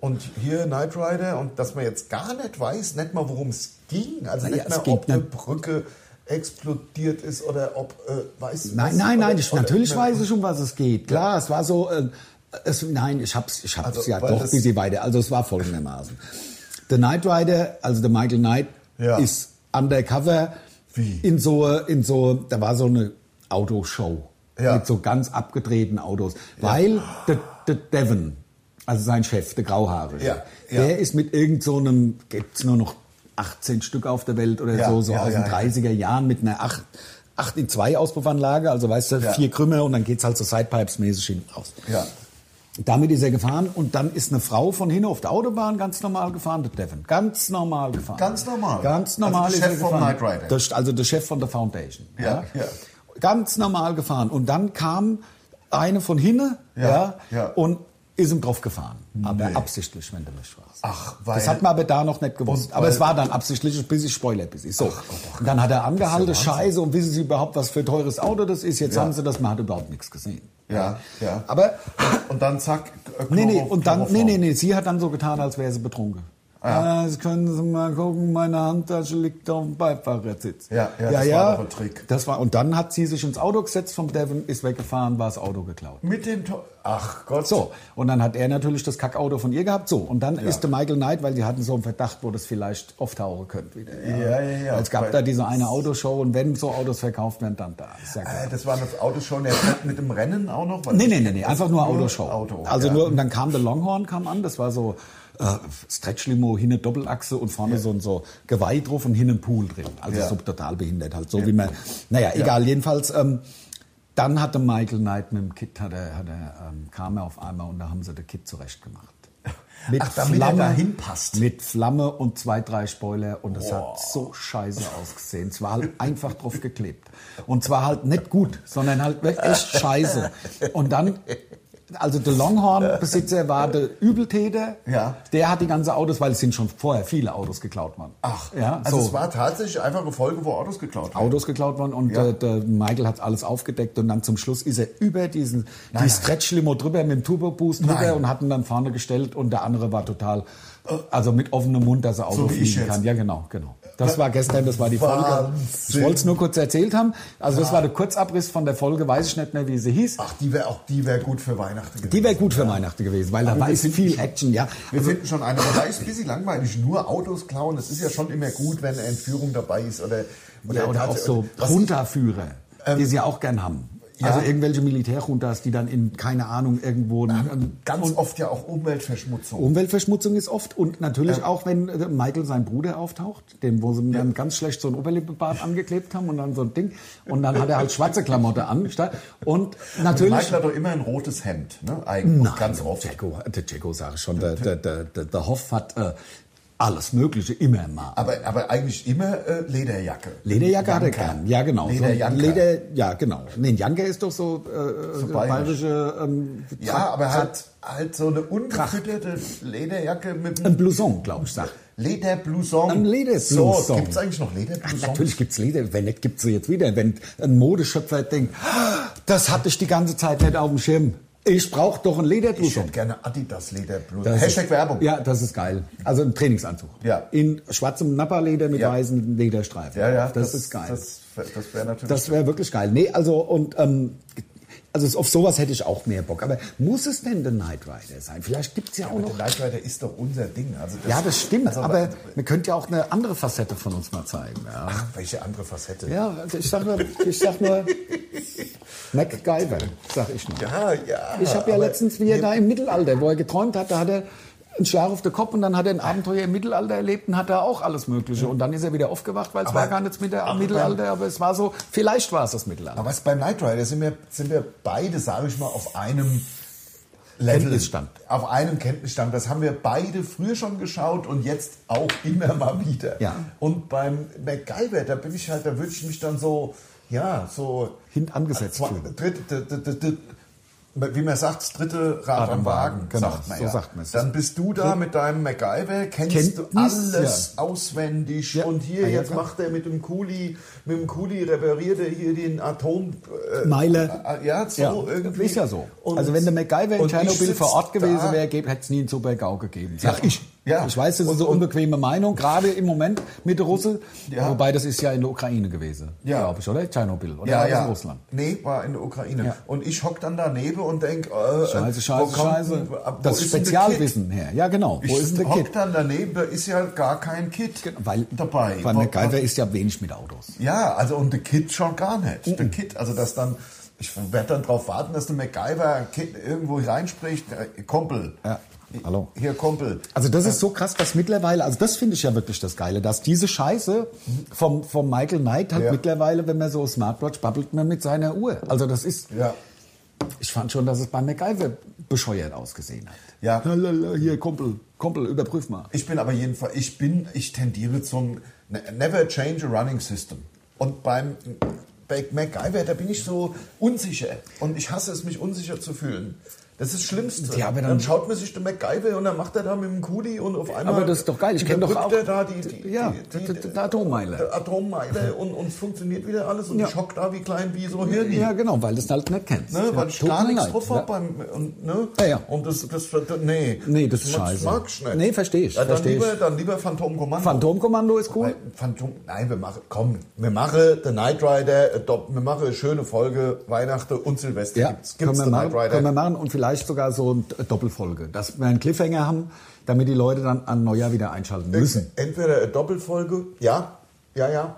B: und hier Knight Rider und dass man jetzt gar nicht weiß, nicht mal worum es ging. Also
A: Naja,
B: nicht
A: es
B: mal,
A: ging ne
B: ob eine
A: nicht.
B: Brücke explodiert ist oder ob, äh, weiß
A: nein,
B: was,
A: nein, nein,
B: oder-
A: ich,
B: oder-
A: natürlich
B: ne,
A: weiß ich, um was es geht. Klar, es war so, äh, es, nein, ich hab's, ich hab's
B: Also,
A: ja
B: weil
A: doch ein
B: das-
A: bisschen weiter. Also es war folgendermaßen. The Knight Rider, also der Michael Knight,
B: Ja.
A: ist undercover
B: Wie?
A: in so, in so, da war so eine Autoshow.
B: Ja.
A: Mit so ganz abgedrehten Autos. Weil der, der Devon, also sein Chef, der Grauhaarige,
B: Ja, ja.
A: der ist mit irgend so einem, gibt's nur noch 18 Stück auf der Welt oder
B: Ja,
A: so, so
B: ja,
A: aus
B: ja,
A: den
B: ja.
A: 30er Jahren mit einer 8, 8 in 2 Auspuffanlage, also weißt du,
B: Ja.
A: vier Krümmer und dann geht's halt so Sidepipes-mäßig hinten raus.
B: Ja.
A: Damit ist er gefahren und dann ist eine Frau von hinten auf der Autobahn ganz normal gefahren, der Devin. Ganz normal gefahren.
B: Ganz normal?
A: Ganz
B: Also
A: normal
B: der
A: ist
B: Chef
A: er
B: vom
A: gefahren.
B: Knight Rider.
A: Das, also der Chef von der Foundation.
B: Ja, ja.
A: Ganz normal gefahren. Und dann kam eine von hinten
B: Ja,
A: ja,
B: ja.
A: und ist ihm drauf gefahren. Aber absichtlich, wenn du mich fragst.
B: Ach, weil-
A: das hat man aber da noch nicht gewusst.
B: Und
A: Aber
B: weil- oh,
A: es war dann absichtlich, bis ich Spoiler bis ich. So. und dann hat er angehalten,
B: Wahnsinn.
A: Scheiße, und wissen Sie überhaupt, was für ein teures Auto das ist? Jetzt
B: Ja.
A: haben Sie das, man hat überhaupt nichts gesehen.
B: Ja, ja.
A: Aber
B: Und dann zack. äh,
A: Nee, nee,
B: Chloro-
A: und dann, nee,
B: Chloroform.
A: nee, nee, sie hat dann so getan, als wäre sie betrunken.
B: Ah, Ja.
A: Ja. Äh, können Sie mal gucken, meine Handtasche liegt auf dem Beifahrersitz.
B: Ja, ja, das war doch ein Trick.
A: Das war, und dann hat sie sich ins Auto gesetzt vom Devon, ist weggefahren, war das Auto geklaut.
B: Mit dem. To Ach Gott.
A: So, und dann hat er natürlich das Kackauto von ihr gehabt. So, und dann ist der Michael Knight, weil die hatten so einen Verdacht, wo das vielleicht auftauchen könnte wieder.
B: Ja, ja, ja.
A: Weil es
B: Weil-
A: gab da diese eine Autoshow und wenn so Autos verkauft werden, dann da. Ist ja klar.
B: Äh, Das war eine Autoshow, der fährt mit dem Rennen auch noch. weil-
A: Nee, nee, nee, nee, einfach nur Autoshow.
B: Auto,
A: also
B: ja.
A: nur, und dann kam der Longhorn, kam an, das war so äh, Stretch-Limo, hinten Doppelachse und vorne so ein so Geweih drauf und hinten ein Pool drin. Also
B: Ja.
A: so total behindert halt, so wie man, naja, egal, jedenfalls, ähm, Dann hatte Michael Knight mit dem Kit, hat er, hat er, ähm, kam er auf einmal und da haben sie den Kit zurecht gemacht. Mit
B: Ach, damit er da hinpasst.
A: Mit Flamme und zwei, drei Spoiler und es hat so scheiße ausgesehen. Es war halt einfach drauf geklebt. Und zwar halt nicht gut, sondern halt
B: Äh.
A: echt scheiße. Und dann, also der Longhorn-Besitzer war der Übeltäter.
B: Ja.
A: Der hat die ganzen Autos, weil es sind schon vorher viele Autos geklaut worden.
B: Ach,
A: ja.
B: also
A: so.
B: es war tatsächlich einfach eine Folge, wo Autos geklaut wurden.
A: Autos geklaut worden und
B: Ja.
A: äh, der Michael hat alles aufgedeckt und dann zum Schluss ist er über diesen die
B: nein.
A: Stretch-Limo drüber mit dem Turbo-Boost drüber
B: Nein.
A: und hat ihn dann vorne gestellt und der andere war total, also mit offenem Mund, dass er Auto
B: So wie
A: fliegen
B: ich jetzt.
A: kann. Ja, genau, genau. Das war gestern, das war die Folge.
B: Wahnsinn.
A: Ich wollte es nur kurz erzählt haben. Also das war der Kurzabriss von der Folge, weiß ich nicht mehr, wie sie hieß.
B: Ach, die wäre auch die wäre gut für Weihnachten gewesen.
A: Die also- wäre gut für Weihnachten gewesen, weil da war
B: wir sind
A: viel Action, ja.
B: Wir finden schon eine, aber da ist ein bisschen langweilig. Nur Autos klauen, das ist ja schon immer gut, wenn eine Entführung dabei ist. Oder,
A: Ja, oder auch so
B: was Ähm,
A: Runterführer, die sie ja auch gern haben.
B: ja.
A: Also irgendwelche Militärjuntas, die dann in, keine Ahnung, irgendwo... einen-
B: Ganz oft ja auch Umweltverschmutzung.
A: Um- Umweltverschmutzung ist oft und natürlich auch, wenn äh, Michael sein Bruder auftaucht, dem, wo sie ihm dann ganz schlecht so ein Oberlippenbart angeklebt haben und dann so ein Ding und dann hat er halt schwarze Klamotte an statt- und natürlich...
B: Michael hat doch immer ein rotes Hemd, ne? Eigentlich ganz oft.
A: Jacko, der Jacko sage ich schon, der, der, der, der, der Hoff hat äh, alles Mögliche immer mal.
B: Aber, aber eigentlich immer äh, Lederjacke.
A: Lederjacke hat er
B: Janker.
A: gern, ja genau.
B: Lederjanker.
A: So, Leder, ja genau. Nee, ein Janker ist doch so, äh,
B: bayerisch.
A: bayerische... Ähm,
B: Ja,
A: Tra-
B: aber
A: Tra-
B: halt, halt so eine ungefütterte Lederjacke mit
A: Ein
B: einem
A: Blouson, glaube ich, sagt
B: Lederblouson.
A: Ein Lederblouson.
B: So, gibt's eigentlich noch Lederblouson?
A: Natürlich gibt's Lieder, wenn nicht, gibt's sie jetzt wieder. Wenn ein Modeschöpfer denkt, "Ah, das hatte ich die ganze Zeit nicht auf dem Schirm. Ich brauche doch einen
B: Ich
A: Lederdusche.
B: hätte gerne Adidas Lederblouson.
A: Das
B: Hashtag
A: ist,
B: Werbung.
A: Ja, das ist geil. Also ein Trainingsanzug.
B: Ja.
A: In schwarzem Nappa-Leder mit
B: Ja.
A: weißen Lederstreifen.
B: ja, ja,
A: Das, ist geil. Das,
B: Das, das wäre natürlich.
A: wäre wirklich geil. Nee, also und ähm, also auf sowas hätte ich auch mehr Bock. Aber muss es denn der Knight Rider sein? Vielleicht gibt's ja, auch
B: aber der
A: noch.
B: Knight Rider ist doch unser Ding. Also
A: Ja, das stimmt.
B: also,
A: aber man könnte ja auch eine andere Facette von uns mal zeigen. Ja.
B: Ach, welche andere Facette?
A: Ja, also ich sag nur, ich sag nur MacGyver, sag ich nur.
B: ja. ja,
A: Ich habe ja
B: aber-
A: letztens, wie er da im Mittelalter, wo er geträumt hat, da hat er einen Schlag auf den Kopf und dann hat er ein Abenteuer im Mittelalter erlebt und hat da auch alles Mögliche. Und dann ist er wieder aufgewacht, weil es war gar nichts mit der am Mittelalter, aber es war so, vielleicht war es das Mittelalter.
B: Aber es beim Knight Rider sind wir, sind wir beide, sage ich mal, auf einem Level.
A: Kenntnisstand.
B: Auf einem Kenntnisstand. Das haben wir beide früher schon geschaut und jetzt auch immer mal wieder.
A: Ja.
B: Und beim MacGyver, da bin ich halt, da würde ich mich dann so, ja, so.
A: Hint angesetzt
B: Zwa-
A: fühlen.
B: dritte, d- d- d- d- wie man sagt, das dritte Rad, am Wagen,
A: genau,
B: sagt man
A: so
B: ja.
A: sagt man es.
B: Dann bist du da mit deinem MacGyver, kennst du
A: Kenntnis,
B: alles auswendig
A: Ja.
B: und hier,
A: Ah, ja,
B: jetzt
A: klar.
B: macht er mit dem Kuli, mit dem Kuli repariert er hier den Atom... Äh,
A: Meiler.
B: äh, Ja, so irgendwie.
A: Ist ja so.
B: Und-
A: also wenn der MacGyver in
B: und ich
A: Tschernobyl
B: sitz
A: vor Ort gewesen
B: da-
A: wäre, hätte es nie einen Super-GAU gegeben. Sag ich.
B: Ja.
A: Ich weiß, das ist eine unbequeme Meinung, gerade im Moment mit Russel.
B: Ja.
A: Wobei das ist ja in der Ukraine gewesen,
B: Ja.
A: glaube ich, oder? Tschernobyl, oder?
B: Ja,
A: War das
B: ja.
A: in Russland.
B: Nee, war in der Ukraine.
A: Ja.
B: Und ich hock dann daneben und denke, äh,
A: Scheiße,
B: wo
A: scheiße,
B: kommt-
A: scheiße.
B: wo
A: Das
B: ist denn der Kid?
A: Spezialwissen her. Ja, genau. Wo
B: ich
A: ist denn der
B: hock
A: Kid?
B: dann daneben, da ist ja gar kein Kid
A: Weil
B: dabei.
A: Bei MacGyver ist ja wenig mit Autos.
B: Ja, also und der Kid schon gar nicht. Der Kid, also dass dann, ich werde dann darauf warten, dass der MacGyver Kid irgendwo reinspricht, äh, Kumpel.
A: Ja, hallo.
B: Hier Kumpel.
A: Also das ist so krass, dass mittlerweile, also das finde ich ja wirklich das Geile, dass diese Scheiße vom, vom Michael Knight hat
B: Ja.
A: mittlerweile, wenn man so Smartwatch babbelt, man mit seiner Uhr. Also das ist,
B: Ja.
A: ich fand schon, dass es bei MacGyver bescheuert ausgesehen hat.
B: Ja.
A: Lalala, hier, Kumpel, Kumpel, überprüf mal.
B: Ich bin aber jedenfalls, ich bin, ich tendiere zum ne- Never Change a Running System. Und beim bei MacGyver, da bin ich so unsicher. Und ich hasse es, mich unsicher zu fühlen. Das ist das Schlimmste.
A: Ja, aber dann-
B: schaut man sich den MacGyver und dann macht er da mit dem Kuli und auf einmal.
A: Aber das ist doch geil. Ich kenn doch
B: überbrückt
A: auch-
B: er da die, die,
A: Ja,
B: die, die,
A: der- der Atommeile.
B: der Atommeile äh, und, und es funktioniert wieder alles und
A: Ja.
B: ich hock da wie klein wie so Hirni.
A: Ja, genau, weil du es halt nicht kennst.
B: Ne,
A: ja,
B: weil ich
A: tut
B: gar
A: mir
B: nichts
A: leid,
B: drauf
A: ja.
B: habe beim. Und, ne?
A: Ja, ja.
B: und das, das, das. Nee.
A: Nee, das ist scheiße.
B: Mag ich nicht.
A: Nee, versteh ich,
B: Ja, dann,
A: versteh ich.
B: lieber, dann lieber Phantomkommando.
A: Phantomkommando ist cool.
B: Weil Phantom, nein, wir machen, komm, wir machen The Night Rider, äh, Dopp- wir machen eine schöne The Weihnachten und Silvester.
A: Ja,
B: gibt's,
A: können
B: gibt's
A: wir,
B: The
A: machen,
B: Knight Rider.
A: können wir machen und vielleicht sogar so eine Doppelfolge, dass wir einen Cliffhanger haben, damit die Leute dann an Neujahr wieder einschalten müssen.
B: Entweder eine Doppelfolge, ja, ja, ja,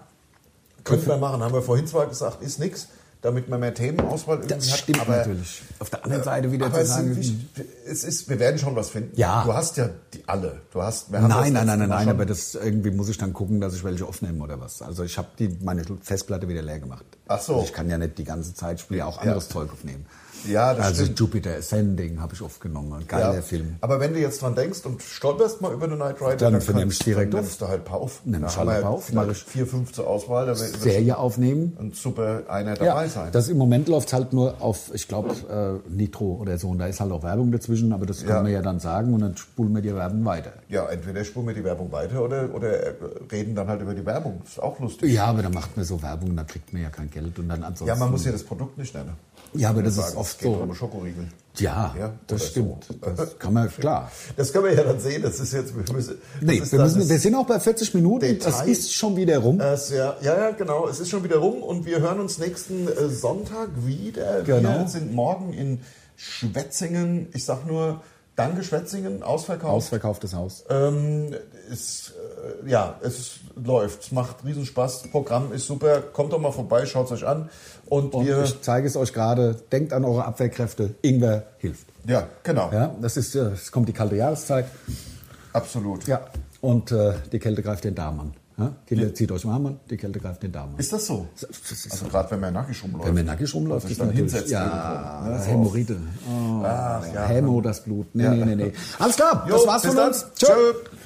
B: können wir machen, haben wir vorhin zwar gesagt, ist nix, damit man mehr Themenauswahl irgendwie
A: Das
B: hat.
A: stimmt
B: aber,
A: natürlich. Auf der anderen Seite wieder
B: aber
A: zu
B: es sind
A: sagen,
B: wichtig- es ist, wir werden schon was finden.
A: Ja.
B: Du hast ja die alle. Du hast, wir haben das
A: Nein, nein,
B: letzte
A: nein, nein,
B: Mal
A: nein,
B: schon-
A: aber das irgendwie muss ich dann gucken, dass ich welche aufnehme oder was. Also ich habe die meine Festplatte wieder leer gemacht.
B: Ach so.
A: Also ich kann ja nicht die ganze Zeit spielen, auch anderes Zeug aufnehmen.
B: Ja, das
A: also
B: stimmt. Äh,
A: Jupiter Ascending habe ich aufgenommen, ein geiler Film.
B: Aber wenn du jetzt dran denkst und stolperst mal über eine Night Rider,
A: Dann
B: kannst-
A: nimmst du direkt
B: dann
A: auf.
B: nimmst du halt Pauf.
A: Nimm
B: Da
A: ich
B: haben wir
A: halt Pauf,
B: vielleicht
A: mach ich.
B: vier, fünf zur Auswahl, da wird
A: Serie aufnehmen.
B: ein super einer dabei
A: Ja,
B: sein.
A: das im Moment läuft halt nur auf, ich glaube, äh, Nitro oder so. Und da ist halt auch Werbung dazwischen, aber das können wir ja dann sagen und dann spulen wir die Werbung weiter.
B: ja, entweder spulen wir die Werbung weiter oder, oder äh, reden dann halt über die Werbung. Ist auch lustig.
A: Ja, aber dann macht man so Werbung, dann kriegt man ja kein Geld und dann ansonsten.
B: Ja, man muss ja das Produkt nicht nennen.
A: Ja, aber das ist oft
B: Es geht
A: so.
B: um Schokoriegel.
A: Ja,
B: Ja,
A: das
B: oder
A: stimmt. Das kann man, klar.
B: Das können wir ja dann sehen. Das ist jetzt, wir müssen.
A: Nee,
B: das ist
A: wir,
B: dann
A: müssen,
B: das-
A: wir sind auch bei 40 Minuten. Das
B: Detail. Äh,
A: ist schon wieder rum.
B: Das, ja, ja, ja, genau. Es ist schon wieder rum und wir hören uns nächsten äh, Sonntag wieder. Wir
A: Genau.
B: sind morgen in Schwetzingen. Ich sag nur, danke Schwetzingen, Ausverkauf.
A: Ausverkauftes Haus.
B: ähm, es, äh, ja, es ist, läuft. Es macht riesen Spaß. Das Programm ist super. Kommt doch mal vorbei, schaut es euch an. Und,
A: Und
B: wir,
A: ich zeige es euch gerade. Denkt an eure Abwehrkräfte. Ingwer hilft.
B: ja, genau.
A: Ja, das ist, äh, es kommt die kalte Jahreszeit.
B: Absolut.
A: Ja, und äh, die Kälte greift den Darm an. Ja? Kinder, zieht euch warm an, die Kälte greift den Darm an.
B: Ist das so?
A: Das ist
B: Also gerade wenn man nackig rumläuft.
A: Wenn man nackig rumläuft,
B: sich
A: ist
B: dann
A: natürlich...
B: hinsetzt
A: ja,
B: irgendwo, ne, so
A: Hämorrhoide. Oh,
B: Ach, ja.
A: Hämo, das Blut. Nee, nee, nee, nee. Alles klar,
B: Jo,
A: das war's
B: bis
A: von
B: dann.
A: uns.
B: Tschö.